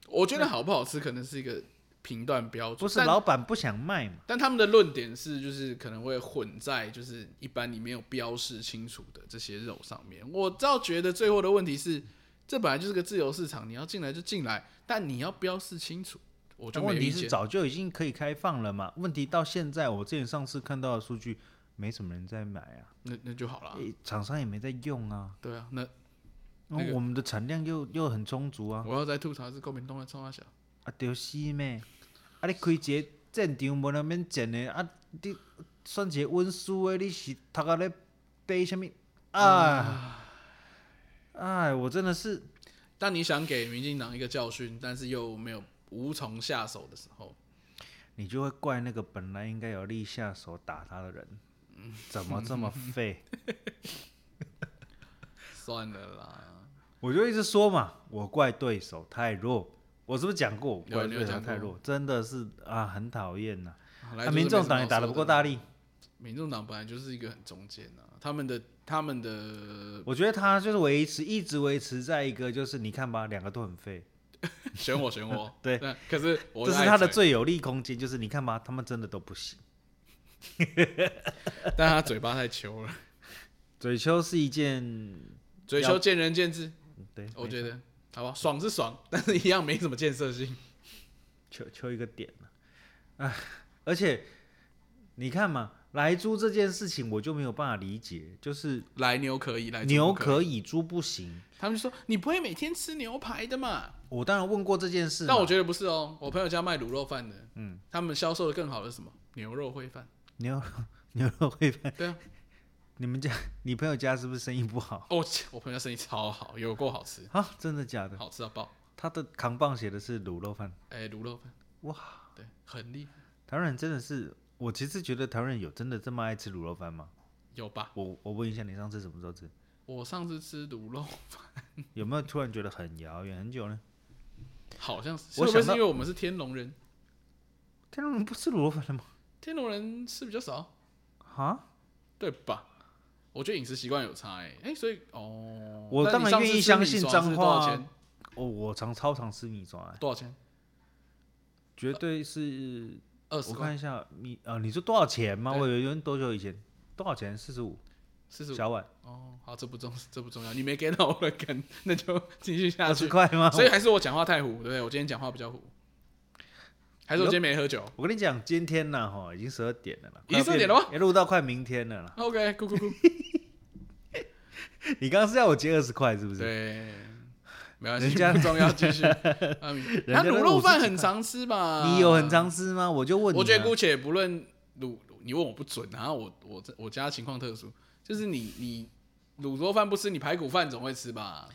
Speaker 1: 我觉得好不好吃可能是一个评断标准，
Speaker 2: 不是
Speaker 1: 但
Speaker 2: 老板不想卖嘛？
Speaker 1: 但他们的论点是，就是可能会混在就是一般你没有标示清楚的这些肉上面。我倒觉得最后的问题是，这本来就是个自由市场，你要进来就进来，但你要标示清楚。我就
Speaker 2: 但
Speaker 1: 没
Speaker 2: 问
Speaker 1: 有意
Speaker 2: 题是
Speaker 1: 见。
Speaker 2: 早就已经可以开放了嘛？问题到现在，我之前上次看到的数据，没什么人在买啊，
Speaker 1: 那那就好了。
Speaker 2: 诶厂商也没在用啊，
Speaker 1: 对啊，那
Speaker 2: 然
Speaker 1: 那
Speaker 2: 后
Speaker 1: 个
Speaker 2: 我们的产量又又很充足啊，
Speaker 1: 我要再吐槽是高明东来冲他小，
Speaker 2: 啊丢死咩？啊你开一个战场无那免整的啊，你算一个温书的，你是读啊咧背什么啊？哎，我真的是。
Speaker 1: 当你想给民进党一个教训，但是又没有无从下手的时候，
Speaker 2: 你就会怪那个本来应该有力下手打他的人，怎么这么废？
Speaker 1: 算了啦。
Speaker 2: [LAUGHS] 我就一直说嘛，我怪对手太弱。我是不是讲过，我
Speaker 1: 有
Speaker 2: 怪
Speaker 1: 你有
Speaker 2: 对手
Speaker 1: 讲过
Speaker 2: 太弱，真的是啊，很讨厌呐。
Speaker 1: 好来
Speaker 2: 啊，民众党也打得不过大
Speaker 1: 力。
Speaker 2: 力，
Speaker 1: 民众党本来就是一个很中间啊，他们的他们的
Speaker 2: 我觉得他就是维持，一直维持在一个就是你看吧，两个都很废，
Speaker 1: 选我选我，
Speaker 2: [LAUGHS] 对
Speaker 1: 那，可是我
Speaker 2: 这是
Speaker 1: 爱
Speaker 2: 他的
Speaker 1: 嘴，
Speaker 2: 最有利空间，就是你看吧，他们真的都不行。
Speaker 1: 但他嘴巴太球了，
Speaker 2: 嘴丘是一件，嗯
Speaker 1: 嘴球见仁见智，
Speaker 2: 对，
Speaker 1: 我觉得好吧，爽是爽，但是一样没什么建设性。
Speaker 2: 求求一个点了、啊，而且你看嘛，来猪这件事情我就没有办法理解，就是
Speaker 1: 来牛可以，来猪
Speaker 2: 牛
Speaker 1: 不可
Speaker 2: 可以，猪不行。
Speaker 1: 以，他们就说你不会每天吃牛排的嘛？
Speaker 2: 我当然问过这件事嘛，
Speaker 1: 但我觉得不是哦，我朋友家卖卤肉饭的，嗯，他们销售的更好的是什么？牛肉烩
Speaker 2: [LAUGHS]
Speaker 1: 饭。
Speaker 2: 牛肉牛肉烩饭，
Speaker 1: 对啊，
Speaker 2: 你们家你朋友家是不是生意不好
Speaker 1: 哦，我我朋友家生意超好，有够好吃，
Speaker 2: 啊？真的假的？
Speaker 1: 好吃到爆。
Speaker 2: 他的扛棒写的是卤肉饭，
Speaker 1: 哎，卤肉饭，哇，对，很厉害，
Speaker 2: 台湾人真的是，我其实觉得台湾人有真的这么爱吃卤肉饭吗？
Speaker 1: 有吧？
Speaker 2: 我我问一下，你上次什么时候吃？
Speaker 1: 我上次吃卤肉，
Speaker 2: 有没有突然觉得很遥远很久呢？
Speaker 1: 好像是，
Speaker 2: 我
Speaker 1: 会不会
Speaker 2: 想
Speaker 1: 是
Speaker 2: 到
Speaker 1: 因为我们是天龙人？
Speaker 2: 天龙人不吃卤肉饭的吗？
Speaker 1: 天龙人吃比较少。
Speaker 2: 啊？
Speaker 1: 对吧？我觉得饮食习惯有差哎、欸，哎、所以哦，
Speaker 2: 我
Speaker 1: 那你
Speaker 2: 当然
Speaker 1: 上次
Speaker 2: 愿意
Speaker 1: 吃
Speaker 2: 相
Speaker 1: 米
Speaker 2: 信
Speaker 1: 爽
Speaker 2: 脏
Speaker 1: 是
Speaker 2: 话
Speaker 1: 多
Speaker 2: 啊
Speaker 1: 少钱？
Speaker 2: 哦，我常超常吃米抓、
Speaker 1: 多少钱？
Speaker 2: 绝对是。
Speaker 1: 二十
Speaker 2: 我
Speaker 1: 块，
Speaker 2: 看一下米啊、你说多少钱吗？
Speaker 1: 对
Speaker 2: 我有问多久以前？多少钱？四十五
Speaker 1: 四十五。
Speaker 2: 小碗，
Speaker 1: 哦，好，这不重，这不重要，你没给到我的梗，那就继续下
Speaker 2: 二十
Speaker 1: 去。
Speaker 2: 块吗？
Speaker 1: 所以还是我讲话太虎，对不对？我今天讲话比较虎，还是我今天没喝酒
Speaker 2: 我跟你讲，今天呢，哈，已经十二点了啦，
Speaker 1: 已经
Speaker 2: 快
Speaker 1: 12
Speaker 2: 要
Speaker 1: 点
Speaker 2: 变
Speaker 1: 了吗？
Speaker 2: 也录到快明天了啦。
Speaker 1: ？OK，咕咕咕，
Speaker 2: 你刚刚是要我接二十块是不是？
Speaker 1: 对，没关系，
Speaker 2: 人家
Speaker 1: 不 [LAUGHS] 重要，
Speaker 2: [LAUGHS]
Speaker 1: 继续。阿明
Speaker 2: 人
Speaker 1: 他
Speaker 2: 家都
Speaker 1: 卤肉饭
Speaker 2: 50几
Speaker 1: 很常吃吧？
Speaker 2: 你有很常吃吗？我就问你啊，
Speaker 1: 我觉得姑且不论卤，你问我不准啊，然后我我我家情况特殊，就是你你卤肉饭不吃，你排骨饭总会吃吧？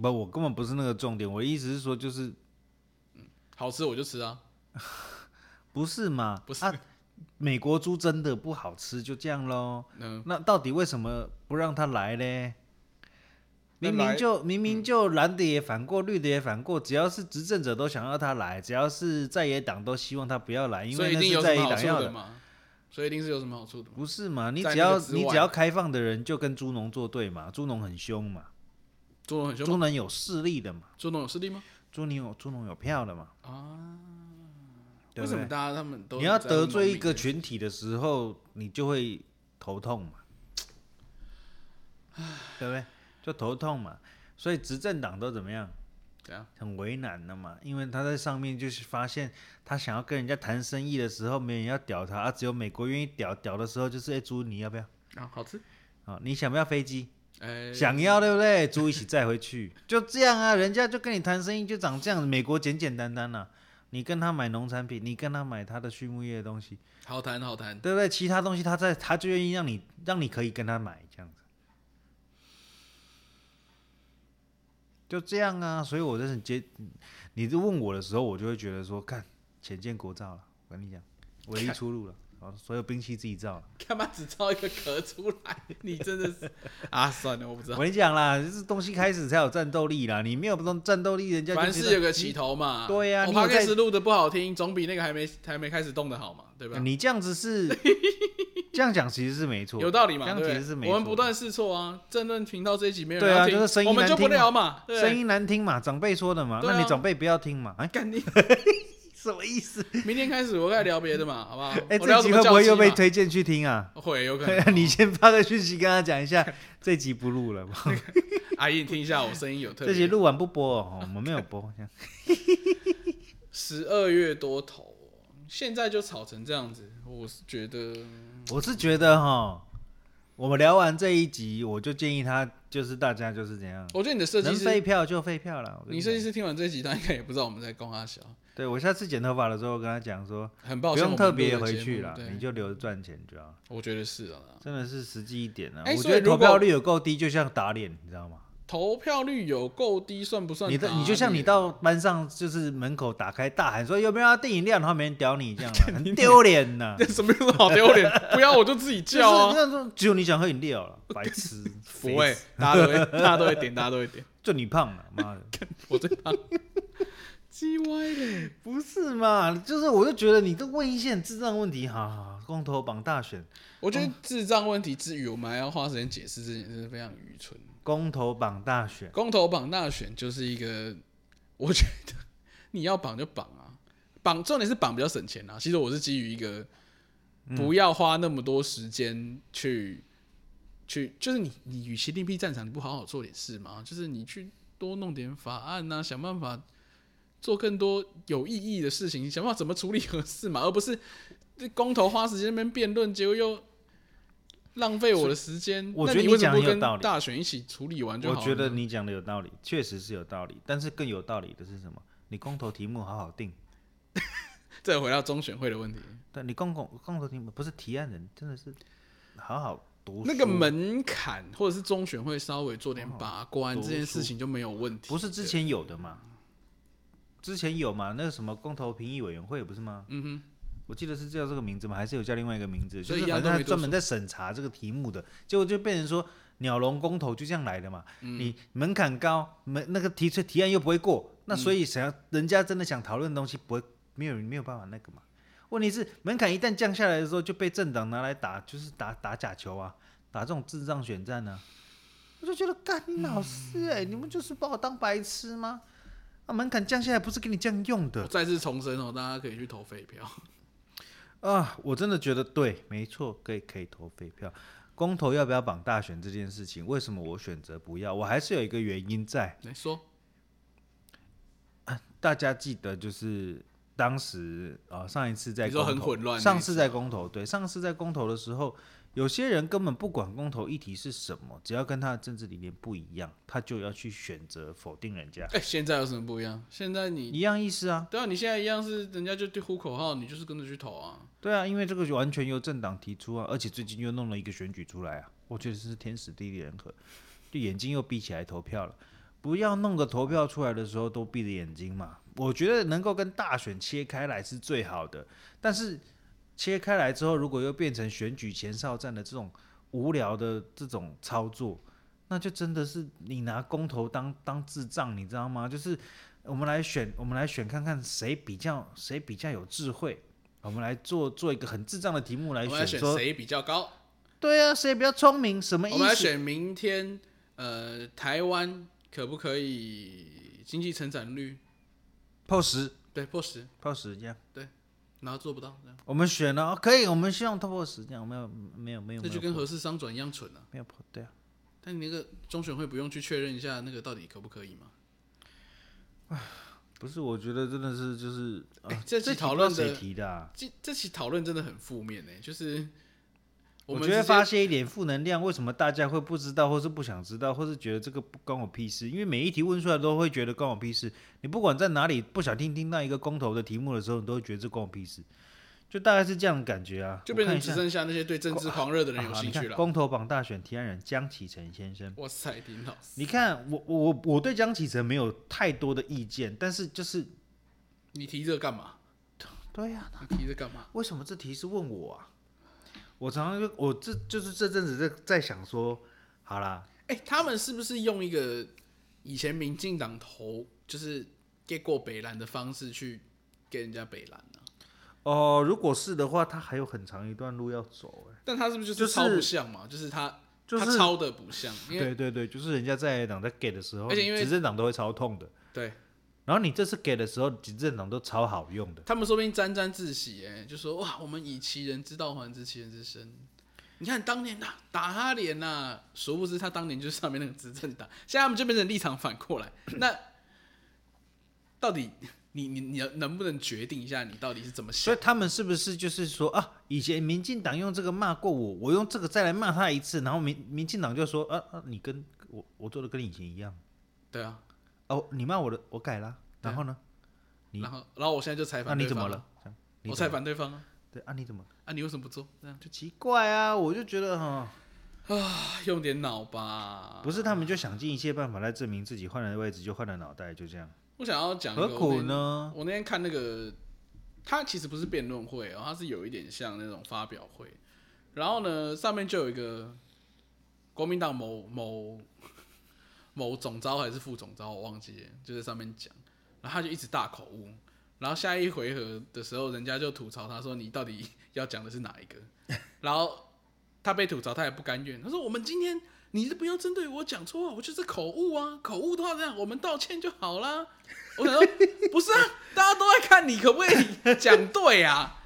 Speaker 2: 不，我根本不是那个重点，我的意思是说，就是
Speaker 1: 好吃我就吃啊，
Speaker 2: 不是嘛？
Speaker 1: 不是
Speaker 2: 啊，美国猪真的不好吃，就这样喽。
Speaker 1: 嗯，
Speaker 2: 那到底为什么不让他来嘞？
Speaker 1: 那
Speaker 2: 明
Speaker 1: 来嗯
Speaker 2: 明就明明就蓝的也反过，绿的也反过，只要是执政者都想要他来，只要是在野党都希望他不要来，啊因
Speaker 1: 所以一
Speaker 2: 为那
Speaker 1: 定有
Speaker 2: 是
Speaker 1: 什
Speaker 2: 在
Speaker 1: 么
Speaker 2: 野
Speaker 1: 好
Speaker 2: 党
Speaker 1: 处
Speaker 2: 要
Speaker 1: 的
Speaker 2: 的，
Speaker 1: 嘛，所以一定是有什么好处的嘛。
Speaker 2: 不是嘛？你
Speaker 1: 在
Speaker 2: 只
Speaker 1: 那个
Speaker 2: 要
Speaker 1: 之
Speaker 2: 你
Speaker 1: 外
Speaker 2: 只要开放的人就跟猪农作对嘛，猪农很凶嘛，
Speaker 1: 猪农很凶吗，
Speaker 2: 猪农有势力的嘛，
Speaker 1: 猪农有势力吗？
Speaker 2: 猪农有猪农有票的嘛，对
Speaker 1: 为
Speaker 2: 不
Speaker 1: 什
Speaker 2: 对
Speaker 1: 么大家他们都
Speaker 2: 你要
Speaker 1: 在乎农
Speaker 2: 得罪一
Speaker 1: 民
Speaker 2: 个群体的时候，你就会头痛嘛，对不对？就头痛嘛。所以执政党都怎么样？
Speaker 1: 怎样？
Speaker 2: 很为难的嘛，因为他在上面就是发现，他想要跟人家谈生意的时候，没人要屌他，啊、只有美国愿意屌。屌的时候就是，哎、猪你要不要？
Speaker 1: 啊？好吃？
Speaker 2: 啊、你想不要飞机？
Speaker 1: 哎，
Speaker 2: 想要对不对？猪一起载回去，就这样啊，人家就跟你谈生意就长这样，美国简简单单啦、你跟他买农产品，你跟他买他的畜牧业的东西，
Speaker 1: 好谈好谈，
Speaker 2: 对不对？其他东西他在他就愿意让你让你可以跟他买这样子，就这样啊。所以我就是接你就问我的时候，我就会觉得说，看浅见国造了，我跟你讲，唯一出
Speaker 1: [LAUGHS]
Speaker 2: 路了，啊，所有兵器自己造了。
Speaker 1: 干嘛只造一个壳出来？ [LAUGHS] 你真的是啊，算了，我不知
Speaker 2: 我
Speaker 1: 道。
Speaker 2: 跟你讲啦，就是东西开始才有战斗力啦，你没有动战斗力，人家就
Speaker 1: 凡
Speaker 2: 觉
Speaker 1: 事
Speaker 2: 得
Speaker 1: 有个起头嘛，
Speaker 2: 对呀
Speaker 1: 我
Speaker 2: 你有
Speaker 1: 怕
Speaker 2: 在
Speaker 1: 开始录的不好听，总比那个还没还没开始动的好嘛，对吧？
Speaker 2: 啊你这样
Speaker 1: [LAUGHS]
Speaker 2: 子是这样讲，其实是没错，
Speaker 1: 有道理嘛，
Speaker 2: 这样
Speaker 1: 对
Speaker 2: 其
Speaker 1: 不
Speaker 2: 实是
Speaker 1: 对？
Speaker 2: 没错。
Speaker 1: 我们不断试错啊，政论频道这一集没有
Speaker 2: 对
Speaker 1: 人
Speaker 2: 啊
Speaker 1: 要听，
Speaker 2: 就是声音
Speaker 1: 我们
Speaker 2: 难
Speaker 1: 就不
Speaker 2: 听嘛
Speaker 1: 聊嘛，对
Speaker 2: 声音难听嘛，长辈说的嘛，
Speaker 1: 对啊
Speaker 2: 那你长辈不要听嘛，哎，
Speaker 1: [LAUGHS] 干你！
Speaker 2: 什么意思？
Speaker 1: 明天开始我该聊别的嘛，好不好？
Speaker 2: [LAUGHS]
Speaker 1: 我
Speaker 2: 哎，这
Speaker 1: 聊
Speaker 2: 集
Speaker 1: 什么
Speaker 2: 会不
Speaker 1: 教
Speaker 2: 会
Speaker 1: 基
Speaker 2: 又被
Speaker 1: 嘛
Speaker 2: 推荐去听啊？
Speaker 1: 会有可能。
Speaker 2: [LAUGHS] 你先发个讯息跟他讲一下， [LAUGHS] 这集不录了，
Speaker 1: [LAUGHS] 阿姨，你听一下我声音 [LAUGHS] 有特
Speaker 2: 这集
Speaker 1: 别。
Speaker 2: 录完不播哦，我们没有播。 [LAUGHS] 这样
Speaker 1: 十二月多头，现在就吵成这样子，我是觉得
Speaker 2: 我是觉得哈，我们聊完这一集，我就建议他，就是大家就是怎样，
Speaker 1: 我觉得你的设计
Speaker 2: 能
Speaker 1: 师，
Speaker 2: 废票就废票了。我跟
Speaker 1: 你设
Speaker 2: 讲
Speaker 1: 计师听完这集，他应该也不知道我们在供他小，
Speaker 2: 对我下次剪头发的时候，我跟他讲说，
Speaker 1: 很抱
Speaker 2: 不
Speaker 1: 歉，
Speaker 2: 用特别回去
Speaker 1: 了
Speaker 2: 了，，你就留着赚钱就好了。
Speaker 1: 我觉得是了啦。
Speaker 2: 真的是实际一点啊！
Speaker 1: 哎
Speaker 2: 我
Speaker 1: 所
Speaker 2: 觉
Speaker 1: 以
Speaker 2: 得
Speaker 1: 如果
Speaker 2: 投票率有够低，就像打脸，你知道吗？
Speaker 1: 投票率有够低，算不算
Speaker 2: 你
Speaker 1: 打
Speaker 2: 的
Speaker 1: 脸？。
Speaker 2: 你就像你到班上就是门口打开大喊说有没有要订饮料，然后没人屌你这样啊，很丢脸呐
Speaker 1: [LAUGHS] 这 [LAUGHS] 什么有什么好丢
Speaker 2: [LAUGHS]
Speaker 1: 脸？不要我就自己
Speaker 2: 就是
Speaker 1: 叫啊！
Speaker 2: 那种只有你想喝饮料了，白痴，
Speaker 1: [LAUGHS] 不
Speaker 2: [LAUGHS]
Speaker 1: 会，大家都会，大家都会点，大家都会点。
Speaker 2: 就你胖了，
Speaker 1: [LAUGHS]
Speaker 2: 妈的，
Speaker 1: 我最怕鸡歪嘞，
Speaker 2: 不是嘛？就是我就觉得你都问一些很智障问题，哈哈，好公投榜大选，
Speaker 1: 我
Speaker 2: 哦
Speaker 1: 觉得智障问题之余，我们还要花时间解释这件事，非常愚蠢。
Speaker 2: 公投榜大选，
Speaker 1: 公投榜大选就是一个，我觉得你要绑就绑啊， [LAUGHS] 绑重点是绑比较省钱啊。其实我是基于一个
Speaker 2: 嗯
Speaker 1: 不要花那么多时间去、去，就是你你与其另辟战场，你不好好做点事吗？就是你去多弄点法案呐、想办法做更多有意义的事情，想办法怎么处理合适嘛， [LAUGHS] 而不是这公投花时间在那边辩论，结果又。浪费我的时间，
Speaker 2: 我
Speaker 1: 那
Speaker 2: 觉得
Speaker 1: 你
Speaker 2: 你
Speaker 1: 为什
Speaker 2: 讲
Speaker 1: 么不
Speaker 2: 得有
Speaker 1: 跟
Speaker 2: 道理
Speaker 1: 大选一起处理完就
Speaker 2: 我
Speaker 1: 好了呢？
Speaker 2: 觉得你讲的有道理，确实是有道理，但是更有道理的是什么？你公投题目好好定。
Speaker 1: [LAUGHS] 这回到中选会的问题，
Speaker 2: 但你公共公投题目不是提案人，真的是好好读
Speaker 1: 那个
Speaker 2: 书啊哦
Speaker 1: 门槛或者是中选会稍微做点把关，
Speaker 2: 读
Speaker 1: 这
Speaker 2: 书
Speaker 1: 件事情就没有问题。
Speaker 2: 不是之前有的嘛？之前有嘛？那个什么公投评议委员会不是吗？嗯哼，我记得是叫这个名字吗？还是有叫另外一个名字？
Speaker 1: 所以
Speaker 2: 就是
Speaker 1: 一样
Speaker 2: 反
Speaker 1: 都
Speaker 2: 正他
Speaker 1: 没读
Speaker 2: 专门在审查这个题目的，结果就变成说鸟笼公投就这样来的嘛。
Speaker 1: 嗯
Speaker 2: 你门槛高，门那个提出提案又不会过，
Speaker 1: 嗯
Speaker 2: 那所以想要、人家真的想讨论的东西，不会没有没有办法那个嘛。问题是门槛一旦降下来的时候，就被政党拿来打，就是打打假球啊，打这种智障选战呢、我就觉得干你老师哎、你们就是把我当白痴吗？啊，门槛降下来不是给你这样用
Speaker 1: 我
Speaker 2: 的哎
Speaker 1: 再次重申哦，大家可以去投废票。
Speaker 2: 啊！我真的觉得对，没错，可以可以投废票。公投要不要绑大选这件事情，为什么我选择不要？我还是有一个原因在，
Speaker 1: 来说，
Speaker 2: 大家记得就是当时啊、上一次在
Speaker 1: 你说
Speaker 2: 公
Speaker 1: 很
Speaker 2: 投
Speaker 1: 混乱那
Speaker 2: 上
Speaker 1: 一
Speaker 2: 次
Speaker 1: 次
Speaker 2: 在公投，对，上次在公投的时候，有些人根本不管公投议题是什么，只要跟他的政治理念不一样，他就要去选择否定人家，
Speaker 1: 哎、现在有什么不一样？现在你
Speaker 2: 一样意思啊，
Speaker 1: 对啊，你现在一样是人家就对呼口号，你就是跟着去投啊。
Speaker 2: 对啊，因为这个就完全由政党提出啊，而且最近又弄了一个选举出来啊，我觉得是天时地利人和，就眼睛又闭起来投票了。不要弄个投票出来的时候都闭着眼睛嘛，我觉得能够跟大选切开来是最好的。但是切开来之后，如果又变成选举前哨战的这种无聊的这种操作，那就真的是你拿公投当当智障，你知道吗？就是我们来选，我们来选看看谁比较谁比较有智慧，我们来做做一个很智障的题目来
Speaker 1: 我们来选
Speaker 2: 说，
Speaker 1: 谁比较高？
Speaker 2: 对啊，谁比较聪明，什么意
Speaker 1: 我们来
Speaker 2: 思？
Speaker 1: 选明天，呃，台湾可不可以经济成长率
Speaker 2: 破十，
Speaker 1: 对破十？
Speaker 2: 破十这样。
Speaker 1: 然后做不到，这样
Speaker 2: 我们选了，哦可以，我们希望突破十这样，没有没有没有，
Speaker 1: 那
Speaker 2: 没
Speaker 1: 就
Speaker 2: 有
Speaker 1: 跟核适商转一样蠢啊。
Speaker 2: 没有破，对啊，
Speaker 1: 但你那个中选会不用去确认一下那个到底可不可以吗？
Speaker 2: 不是，我觉得真的是就是，啊
Speaker 1: 哎 [LAUGHS] 这
Speaker 2: 题
Speaker 1: 期讨论
Speaker 2: 不知道
Speaker 1: 的
Speaker 2: 谁提的啊？
Speaker 1: 这这期讨论真的很负面呢、就是
Speaker 2: 我
Speaker 1: 们
Speaker 2: 觉得
Speaker 1: 直接
Speaker 2: 发泄一点负能量，为什么大家会不知道，或是不想知道，或是觉得这个不关我屁事？因为每一题问出来都会觉得关我屁事。你不管在哪里不小心听到一个公投的题目的时候，你都会觉得这关我屁事，就大概是这样的感觉啊。
Speaker 1: 就变成
Speaker 2: 我看一
Speaker 1: 只
Speaker 2: 下
Speaker 1: 剩下那些对政治狂热的人有
Speaker 2: 啊你
Speaker 1: 兴
Speaker 2: 看
Speaker 1: 趣了。
Speaker 2: 公投榜大选提案人江启臣先生。
Speaker 1: 哇塞，林老师，
Speaker 2: 你看，我我我我对江启臣没有太多的意见，但是就是
Speaker 1: 你提这个干嘛？
Speaker 2: 对呀、
Speaker 1: 你提这个干嘛？
Speaker 2: 为什么这题是问我啊？我常常就我这就是这阵子在在想说，好啦，
Speaker 1: 哎、他们是不是用一个以前民进党投就是给过北兰的方式去给人家北兰呢、
Speaker 2: 哦、如果是的话，他还有很长一段路要走、欸。
Speaker 1: 但他是不是就
Speaker 2: 就是是
Speaker 1: 超不像嘛？就是他、
Speaker 2: 就是
Speaker 1: 他超的不像，因为
Speaker 2: 对对对，就是人家在党在给的时候，
Speaker 1: 而且因为
Speaker 2: 执政党都会超痛的。
Speaker 1: 对
Speaker 2: 然后你这次给的时候，执政党都超好用的。
Speaker 1: 他们说不定沾沾自喜、哎，就说哇，我们以其人之道还治其人之身。你看当年呐、打他脸呐、殊不知他当年就是上面那个执政党，现在他们就变成立场反过来。 [COUGHS] 那到底你你你能不能决定一下，你到底是怎么
Speaker 2: 所
Speaker 1: 想？
Speaker 2: 以他们是不是就是说啊，以前民进党用这个骂过我，我用这个再来骂他一次，然后民民进党就说啊啊，你跟我我做的跟你以前一样，
Speaker 1: 对啊，
Speaker 2: 哦，你骂我的我改了，然后呢，你
Speaker 1: 然后然后我现在就采
Speaker 2: 那、
Speaker 1: 访
Speaker 2: 你
Speaker 1: 对
Speaker 2: 怎
Speaker 1: 方、
Speaker 2: 么了？这样你
Speaker 1: 我
Speaker 2: 怎
Speaker 1: 采
Speaker 2: 么
Speaker 1: 访对方啊，
Speaker 2: 对啊，你怎么
Speaker 1: 啊你为什么不做？ [SIGHS] 这样
Speaker 2: 就奇怪啊？我就觉得哈。
Speaker 1: 啊用点脑吧。
Speaker 2: 不是，他们就想尽一切办法来证明自己换了位置就换了脑袋，就这样，
Speaker 1: 我想要讲一个
Speaker 2: 何苦呢？
Speaker 1: 我那天看那个，它其实不是辩论会哦，它是有一点像那种发表会。然后呢，上面就有一个国民党某某某总招还是副总招，我忘记了，就在上面讲，然后他就一直大口误。然后下一回合的时候，人家就吐槽他说：“你到底要讲的是哪一个？” [LAUGHS] 然后他被吐槽，他也不甘愿，他说：“我们今天你是不要针对我讲错啊，我就是口误啊，口误的话这样，我们道歉就好啦。”我想说，
Speaker 2: [LAUGHS]
Speaker 1: 不是啊，大家都在看你可不可以讲对啊？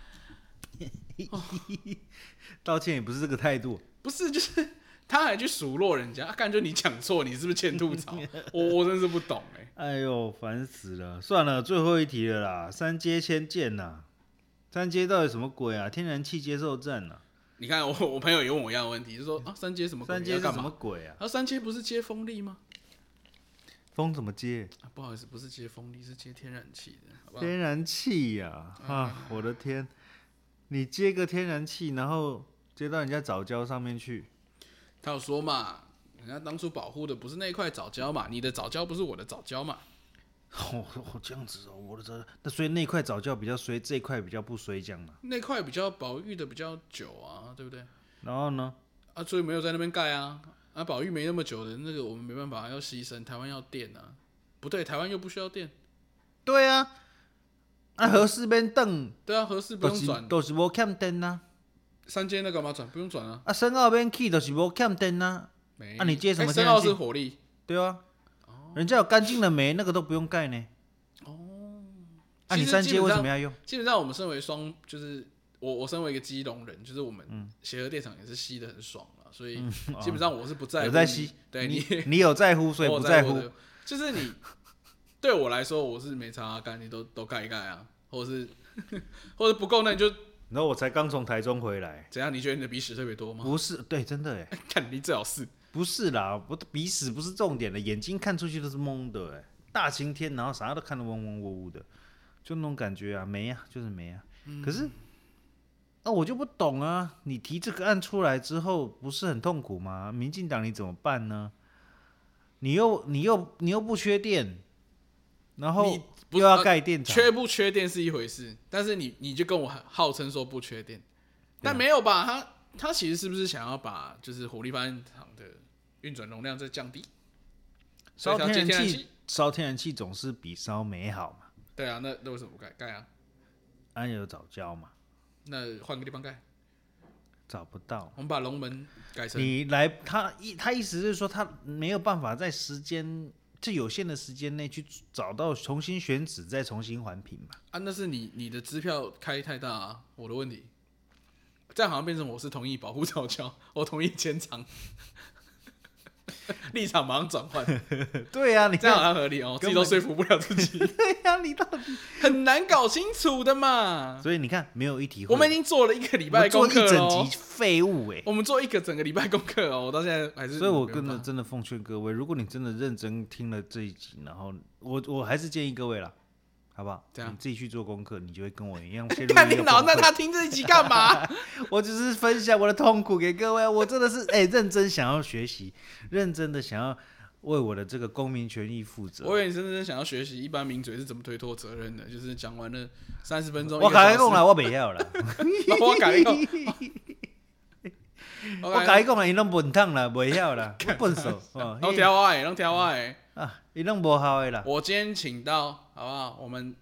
Speaker 2: 道歉也不是这个态度。
Speaker 1: 不是，就是他还去数落人家，啊感觉你讲错，你是不是欠吐
Speaker 2: [LAUGHS]
Speaker 1: 槽？我我真是不懂哎、
Speaker 2: 哎呦，烦死了！算了，最后一题了啦，三阶仙剑呐，三阶到底什么鬼啊？天然气接受站呐、
Speaker 1: 你看我我朋友也问我一样的问题，就说啊三阶什么鬼
Speaker 2: 嗯三阶
Speaker 1: 要
Speaker 2: 是
Speaker 1: 干
Speaker 2: 什么
Speaker 1: 嘛？
Speaker 2: 鬼啊？
Speaker 1: 啊三阶不是接风力吗？
Speaker 2: 风怎么接？
Speaker 1: 啊不好意思，不是接风力，是接天然气的，好不嗯好？
Speaker 2: 天然气呀、啊！我的天，你接个天然气，然后接到人家早教上面去，
Speaker 1: 他有说嘛，人家当初保护的不是那一块藻礁嘛，你的藻礁不是我的藻礁嘛？
Speaker 2: [LAUGHS] 哦，哦这样子哦，我的这那所以那块早教比较衰，这块比较不衰，这样嘛。
Speaker 1: 那块比较保育的比较久啊，对不对？
Speaker 2: 然后呢？
Speaker 1: 啊，所以没有在那边盖啊。啊，保育没那么久的那个，我们没办法，要牺牲。台湾要电啊，不对，台湾又不需要电。
Speaker 2: 对啊，那何四边凳
Speaker 1: 对啊，合适不
Speaker 2: 都
Speaker 1: 用
Speaker 2: 是
Speaker 1: 转，
Speaker 2: 都是无欠灯啊，
Speaker 1: 三阶那干嘛转？不用转啊。
Speaker 2: 啊深澳边去都是无欠灯啊，
Speaker 1: 没
Speaker 2: 啊你接什么
Speaker 1: 哎
Speaker 2: 天
Speaker 1: 深
Speaker 2: 然
Speaker 1: 澳
Speaker 2: 气
Speaker 1: 是火力，
Speaker 2: 对啊，
Speaker 1: 哦
Speaker 2: 人家有干净的煤，那个都不用盖呢。哦，啊
Speaker 1: 其
Speaker 2: 你
Speaker 1: 实
Speaker 2: 三
Speaker 1: 基
Speaker 2: 阶
Speaker 1: 本
Speaker 2: 为什
Speaker 1: 上
Speaker 2: 么要用？
Speaker 1: 基本上我们身为双，就是我我身为一个基隆人，就是我
Speaker 2: 嗯
Speaker 1: 们协和电厂也是吸的很爽了，所以基本上我是不在乎
Speaker 2: 哦有在
Speaker 1: 你
Speaker 2: 吸，
Speaker 1: 对
Speaker 2: 你你有在乎，所以
Speaker 1: 我
Speaker 2: 不
Speaker 1: 在
Speaker 2: 乎。
Speaker 1: 的，就是你对我来说我是没差啊干，你都都盖一盖啊，或者是 [LAUGHS] 或者不够，那你就
Speaker 2: 然后我才刚从台中回来，
Speaker 1: 怎样？你觉得你的鼻屎特别多吗？ [LAUGHS]
Speaker 2: 不是，对，真的哎，
Speaker 1: 看你最好是
Speaker 2: 不是啦，我的鼻屎不是重点的，眼睛看出去都是蒙的哎，大晴天，然后啥都看得蒙蒙雾雾的，就那种感觉啊，没啊，就是没啊。
Speaker 1: 嗯
Speaker 2: 可是，那、我就不懂啊，你提这个案出来之后，不是很痛苦吗？民进党你怎么办呢？你又你又你又不缺电，然后
Speaker 1: 你不
Speaker 2: 又
Speaker 1: 是
Speaker 2: 要
Speaker 1: 呃
Speaker 2: 盖电厂，
Speaker 1: 缺不缺电是一回事，但是你你就跟我号称说不缺电，但没有吧？他他其实是不是想要把就是火力发电厂的运转容量再降低？所以
Speaker 2: 烧
Speaker 1: 想接
Speaker 2: 天
Speaker 1: 天
Speaker 2: 然
Speaker 1: 然
Speaker 2: 气，烧天然气总是比烧煤好嘛，
Speaker 1: 对啊，那那为什么不盖盖啊？
Speaker 2: 安有早教嘛，
Speaker 1: 那换个地方盖，
Speaker 2: 找不到。
Speaker 1: 我们把龙门改成
Speaker 2: 你来，他意他意思是说，他没有办法在时间这有限的时间内去找到重新选址，再重新环评
Speaker 1: [LAUGHS]
Speaker 2: 嘛？
Speaker 1: 啊，那是你你的支票开太大啊，我的问题。这样好像变成我是同意保护早教， [LAUGHS] 我同意迁仓， [LAUGHS] 立场马上转换，
Speaker 2: 对呀、你
Speaker 1: 这样好像合理哦，自
Speaker 2: 根
Speaker 1: 己
Speaker 2: 本
Speaker 1: 都说服不了自己，
Speaker 2: [LAUGHS] 对呀、你到底，
Speaker 1: 很难搞清楚的嘛。
Speaker 2: 所以你看，没有一题会，
Speaker 1: 我们已经做了一个礼拜
Speaker 2: 我
Speaker 1: 的
Speaker 2: 们
Speaker 1: 功
Speaker 2: 做一
Speaker 1: 课了
Speaker 2: 整
Speaker 1: 哦
Speaker 2: 集，废物哎、
Speaker 1: 我们做一个整个礼拜功课哦，我到现在还是
Speaker 2: 所以，我
Speaker 1: 没有
Speaker 2: 真的
Speaker 1: 办法
Speaker 2: 真的奉劝各位，如果你真的认真听了这一集，然后我我还是建议各位啦，好不好？
Speaker 1: 这样
Speaker 2: 你自己去做功课，你就会跟我一样
Speaker 1: [LAUGHS]
Speaker 2: 陷入
Speaker 1: 看
Speaker 2: 一
Speaker 1: 你
Speaker 2: 个
Speaker 1: 脑，
Speaker 2: 崩
Speaker 1: 那
Speaker 2: 溃
Speaker 1: 他听这一集干
Speaker 2: [LAUGHS]
Speaker 1: 嘛？
Speaker 2: 我只是分享我的痛苦给各位，我真的是 [LAUGHS] 哎、认真想要学习，认真的想要为我的这个公民权益负责。
Speaker 1: 我以为你真正想要学习一般名嘴是怎么推脱责任的，就是讲完了三十分钟，
Speaker 2: 我
Speaker 1: 改
Speaker 2: 改讲啦，我不要啦，
Speaker 1: [LAUGHS] 我改
Speaker 2: [LAUGHS]
Speaker 1: 一个，
Speaker 2: 我
Speaker 1: 我
Speaker 2: 改讲啦，伊拢笨蛋啦，不要啦，我
Speaker 1: [LAUGHS]
Speaker 2: 笨手哦，
Speaker 1: 拢挑我的，拢挑我的。
Speaker 2: 啊，伊拢无效的啦。
Speaker 1: 我今天请到好不好？我们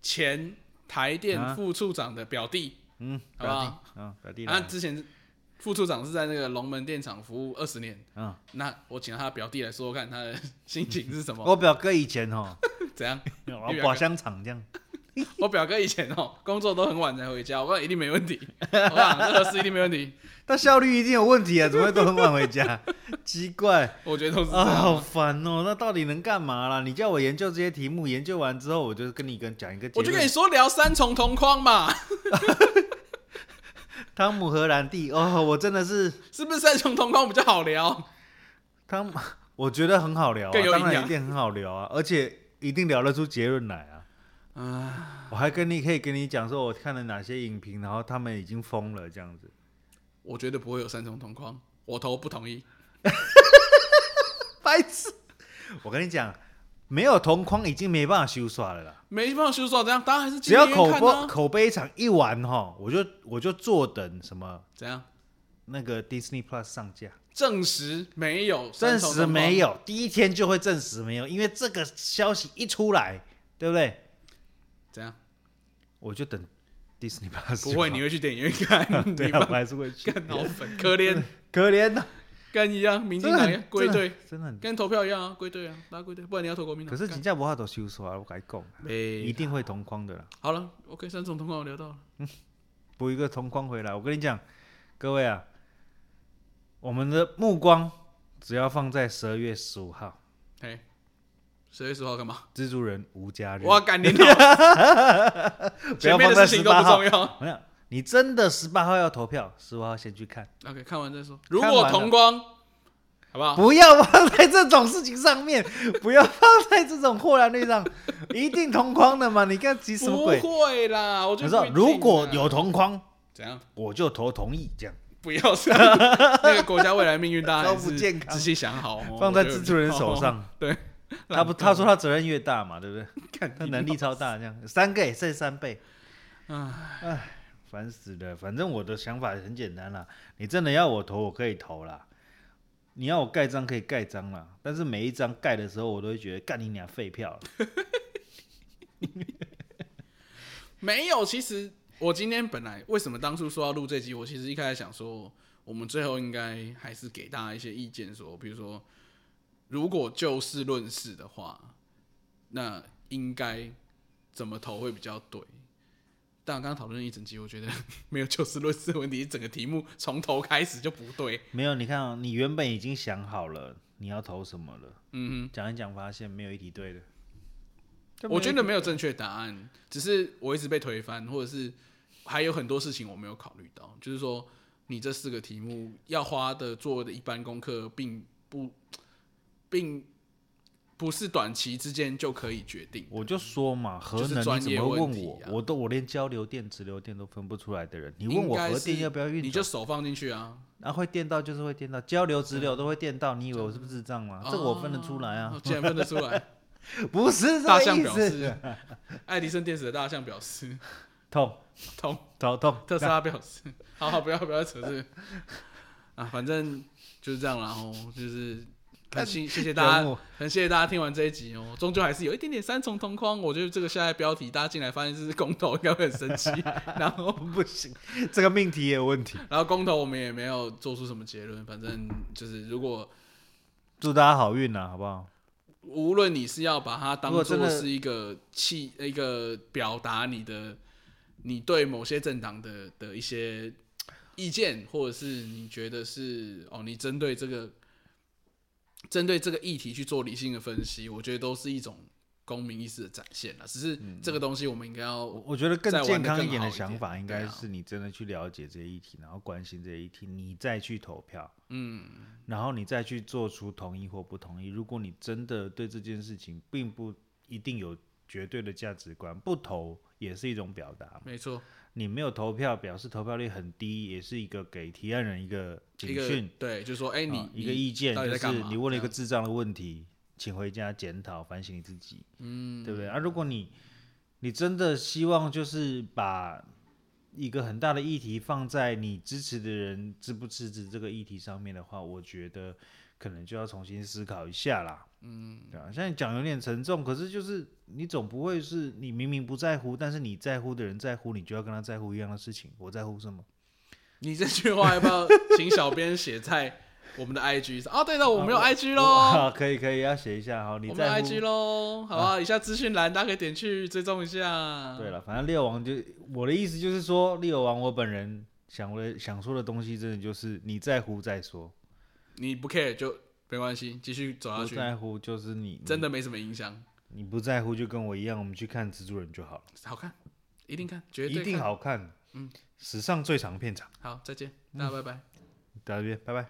Speaker 1: 前台电
Speaker 2: 啊
Speaker 1: 副处长的表弟，
Speaker 2: 嗯，
Speaker 1: 好啊不好
Speaker 2: 表弟，嗯，表弟
Speaker 1: 他
Speaker 2: 啦，
Speaker 1: 之前副处长是在那个龙门电厂服务二十年。
Speaker 2: 嗯，
Speaker 1: 那我请他的表弟来说说看他的心情是什么，
Speaker 2: [LAUGHS] 我表哥以
Speaker 1: [LAUGHS]
Speaker 2: 前哦，
Speaker 1: 怎样？
Speaker 2: 我刮香肠这样，
Speaker 1: 我表哥以前哦，工作都很晚才回家，我告诉你一定没问题，我讲这个事一定没问题，
Speaker 2: 但效率一定有问题啊，怎么会都很晚回家？ [LAUGHS] 奇怪。
Speaker 1: 我觉得都是这
Speaker 2: 啊，
Speaker 1: 样。
Speaker 2: 好烦哦！那到底能干嘛啦？你叫我研究这些题目，研究完之后，我就跟你跟讲一个结
Speaker 1: 我就
Speaker 2: 论。
Speaker 1: 跟你说聊三重同框嘛，
Speaker 2: 汤姆荷兰弟哦，我真的是
Speaker 1: 是不是三重同框比较好聊？
Speaker 2: 汤姆，我觉得很好聊、啊，
Speaker 1: 更有营
Speaker 2: [LAUGHS] 当
Speaker 1: 养
Speaker 2: 然一定很好聊啊，而且一定聊得出结论来啊。
Speaker 1: 啊，
Speaker 2: 我还跟你可以跟你讲说，我看了哪些影评，然后他们已经疯了这样子。
Speaker 1: 我觉得不会有三重同框，我投不同意。
Speaker 2: 白痴！我跟你讲，没有同框已经没办法修刷了啦。
Speaker 1: 没办法修说怎样，大家还是
Speaker 2: 只要
Speaker 1: 进医
Speaker 2: 口
Speaker 1: 院看
Speaker 2: 播
Speaker 1: 啊
Speaker 2: 口碑场一完哈，我就我就坐等什么
Speaker 1: 怎样
Speaker 2: 那个 Disney Plus 上架。
Speaker 1: 证实没有，三
Speaker 2: 证
Speaker 1: 重
Speaker 2: 实
Speaker 1: 同框
Speaker 2: 没，有，第一天就会证实没有，因为这个消息一出来，对不对？
Speaker 1: 怎样
Speaker 2: 我就等 Disney Plus
Speaker 1: 不
Speaker 2: 就
Speaker 1: 会，
Speaker 2: [LAUGHS] 好
Speaker 1: 你会去电影院看，
Speaker 2: 对
Speaker 1: 你
Speaker 2: 啊，
Speaker 1: 妈
Speaker 2: 我还是会去。
Speaker 1: 干脑粉，可怜
Speaker 2: 可怜的，
Speaker 1: 跟一样，民进
Speaker 2: 真的
Speaker 1: 党一
Speaker 2: 很
Speaker 1: 样归，
Speaker 2: 真的
Speaker 1: 队，
Speaker 2: 很真的很。
Speaker 1: 跟投票一样啊，归队啊，大家归队，不然你要投国民党。
Speaker 2: 可是
Speaker 1: 干哎
Speaker 2: 人家无法度修出啊来，我跟你讲，一
Speaker 1: 没
Speaker 2: 定会同框的啦。
Speaker 1: 好了，OK，三重同框我聊到了，
Speaker 2: 补一个同框回来，我跟你讲，各位啊，我们的目光只要放在十二月十五号，
Speaker 1: 哎，十月十号干嘛？
Speaker 2: 蜘蛛人无家日，
Speaker 1: 我干你脑，
Speaker 2: [LAUGHS] 不要
Speaker 1: 前面
Speaker 2: 放
Speaker 1: 的
Speaker 2: 在
Speaker 1: 事情
Speaker 2: 十
Speaker 1: 都不
Speaker 2: 八号
Speaker 1: 重。要。
Speaker 2: 没有，你真的十八号要投票，十五号先去看。
Speaker 1: OK，看完再说。如果同光，好不好？
Speaker 2: 不要放在这种事情上面， [LAUGHS] 不要放在这种豁然率上， [LAUGHS] 一定同框的嘛？你看急什么
Speaker 1: 不
Speaker 2: 鬼？
Speaker 1: 会啦，我
Speaker 2: 我
Speaker 1: 就
Speaker 2: 说如果有同框，
Speaker 1: 啊怎样。
Speaker 2: 我就投同意，
Speaker 1: [LAUGHS]
Speaker 2: 这样
Speaker 1: 不要是那个国家未来命运，大家还
Speaker 2: 超不
Speaker 1: 是
Speaker 2: 健康
Speaker 1: 仔细想好哦。
Speaker 2: 放在蜘蛛人手上。
Speaker 1: 对，
Speaker 2: 他不，他说他责任越大
Speaker 1: [LAUGHS]
Speaker 2: 嘛，对不对？
Speaker 1: 看
Speaker 2: 他能力超大，这样三个也剩三倍，唉，烦死了。反正我的想法很简单啦，你真的要我投，我可以投啦。你要我盖章可以盖章啦，但是每一张盖的时候，我都会觉得干你俩废票了。
Speaker 1: 没有。其实我今天本来为什么当初说要录这集，我其实一开始想说，我们最后应该还是给大家一些意见说，比如说，如果就事论事的话，那应该怎么投会比较对。但我刚刚讨论了一整集，我觉得没有就事论事的问题，整个题目从头开始就不对。
Speaker 2: 没有，你看、哦，你原本已经想好了你要投什么了，
Speaker 1: 嗯哼，
Speaker 2: 讲一讲发现没有一题对的，就
Speaker 1: 我觉得
Speaker 2: 没
Speaker 1: 没有正确答案，只是我一直被推翻，或者是还有很多事情我没有考虑到，就是说你这四个题目要花的做的一般功课，并不，并不是短期之间就可以决定。
Speaker 2: 我就说嘛，核
Speaker 1: 就是
Speaker 2: 能
Speaker 1: 专
Speaker 2: 你怎
Speaker 1: 业
Speaker 2: 么
Speaker 1: 问
Speaker 2: 问
Speaker 1: 题
Speaker 2: 我？
Speaker 1: 啊
Speaker 2: 我都我连交流电、直流电都分不出来的人，你问
Speaker 1: 应
Speaker 2: 我
Speaker 1: 该
Speaker 2: 核
Speaker 1: 是
Speaker 2: 电要不要运
Speaker 1: 你就手放进去啊，
Speaker 2: 啊，会电到就是会电到，交流直流都会电到，你以为我是不是智障吗？这个我分得出来啊
Speaker 1: 哦，既然分得出
Speaker 2: [LAUGHS]
Speaker 1: 来，
Speaker 2: 不是这
Speaker 1: 大
Speaker 2: 个
Speaker 1: 象
Speaker 2: 意
Speaker 1: 表
Speaker 2: 思。
Speaker 1: 示， [LAUGHS] 爱迪生电死的大象表示
Speaker 2: 痛
Speaker 1: 痛。
Speaker 2: 头痛， [LAUGHS]
Speaker 1: 特斯拉表示，好好不要不要扯这个啊，反正就是这样啦哦，就是很谢谢谢大
Speaker 2: 人
Speaker 1: 家
Speaker 2: 物，
Speaker 1: 很谢谢大家听完这一集哦，终究还是有一点点三重同框，我觉得这个现在标题大家进来发现是公投，应该会很生气， [LAUGHS] 然后
Speaker 2: 不行，这个命题也有问题。
Speaker 1: 然后公投我们也没有做出什么结论，反正就是如果。
Speaker 2: 祝大家好运呐、好不好？
Speaker 1: 无论你是要把它当
Speaker 2: 如果真
Speaker 1: 做
Speaker 2: 的
Speaker 1: 是一个气，一个表达你的你对某些政党的的一些意见，或者是你觉得是哦，你针对这个针对这个议题去做理性的分析，我觉得都是一种公民意识的展现了。只
Speaker 2: 嗯
Speaker 1: 是这个东西我们应该要、
Speaker 2: 我我觉得更
Speaker 1: 再玩得
Speaker 2: 健康
Speaker 1: 更
Speaker 2: 一点的
Speaker 1: 好一
Speaker 2: 想
Speaker 1: 点
Speaker 2: 法，应
Speaker 1: 对
Speaker 2: 该
Speaker 1: 啊
Speaker 2: 是你真的去了解这些议题，然后关心这些议题，你再去投票，
Speaker 1: 嗯，
Speaker 2: 然后你再去做出同意或不同意。如果你真的对这件事情并不一定有绝对的价值观，不投也是一种表达嘛。
Speaker 1: 没错，
Speaker 2: 你没有投票，表示投票率很低，也是一个给提案人一个警
Speaker 1: 一个
Speaker 2: 讯，
Speaker 1: 对，就是说，哎、
Speaker 2: 啊
Speaker 1: 你、
Speaker 2: 一个意见，
Speaker 1: 到底
Speaker 2: 就
Speaker 1: 在干
Speaker 2: 是
Speaker 1: 嘛？
Speaker 2: 你问了一个
Speaker 1: 这样，
Speaker 2: 智障的问题，请回家检讨反省你自己，
Speaker 1: 嗯，
Speaker 2: 对不对？啊，如果你你真的希望就是把一个很大的议题放在你支持的人支不支持这个议题上面的话，我觉得可能就要重新思考一下啦。嗯，对啊，现在讲有点沉重，可是就是你总不会是你明明不在乎，但是你在乎的人在乎，你就要跟他在乎一样的事情。我在乎什么？
Speaker 1: 你这句话要不要请小编写在我们的 IG 上？哦，对了，我
Speaker 2: 啊
Speaker 1: 们有 IG 喽，
Speaker 2: 哇， [LAUGHS] 可以可以，要写一下好，你
Speaker 1: 我们有
Speaker 2: 在乎啊
Speaker 1: IG 喽，好啊吧，以下资讯栏大家可以点去追踪一下。
Speaker 2: 对了，反正猎王就我的意思就是说，猎王我本人想我的想说的东西，真的就是你在乎再说，
Speaker 1: 你不 care 就没关系，继续走下
Speaker 2: 不
Speaker 1: 去，
Speaker 2: 在乎就是你
Speaker 1: 真的没什么影响，
Speaker 2: 你不在乎就跟我一样，我们去看蜘蛛人就好了，
Speaker 1: 好看，一定看，绝对
Speaker 2: 一定
Speaker 1: 看
Speaker 2: 好看，嗯，史上最长片长，嗯
Speaker 1: 好，再见，大家拜拜。
Speaker 2: 大家再见拜拜。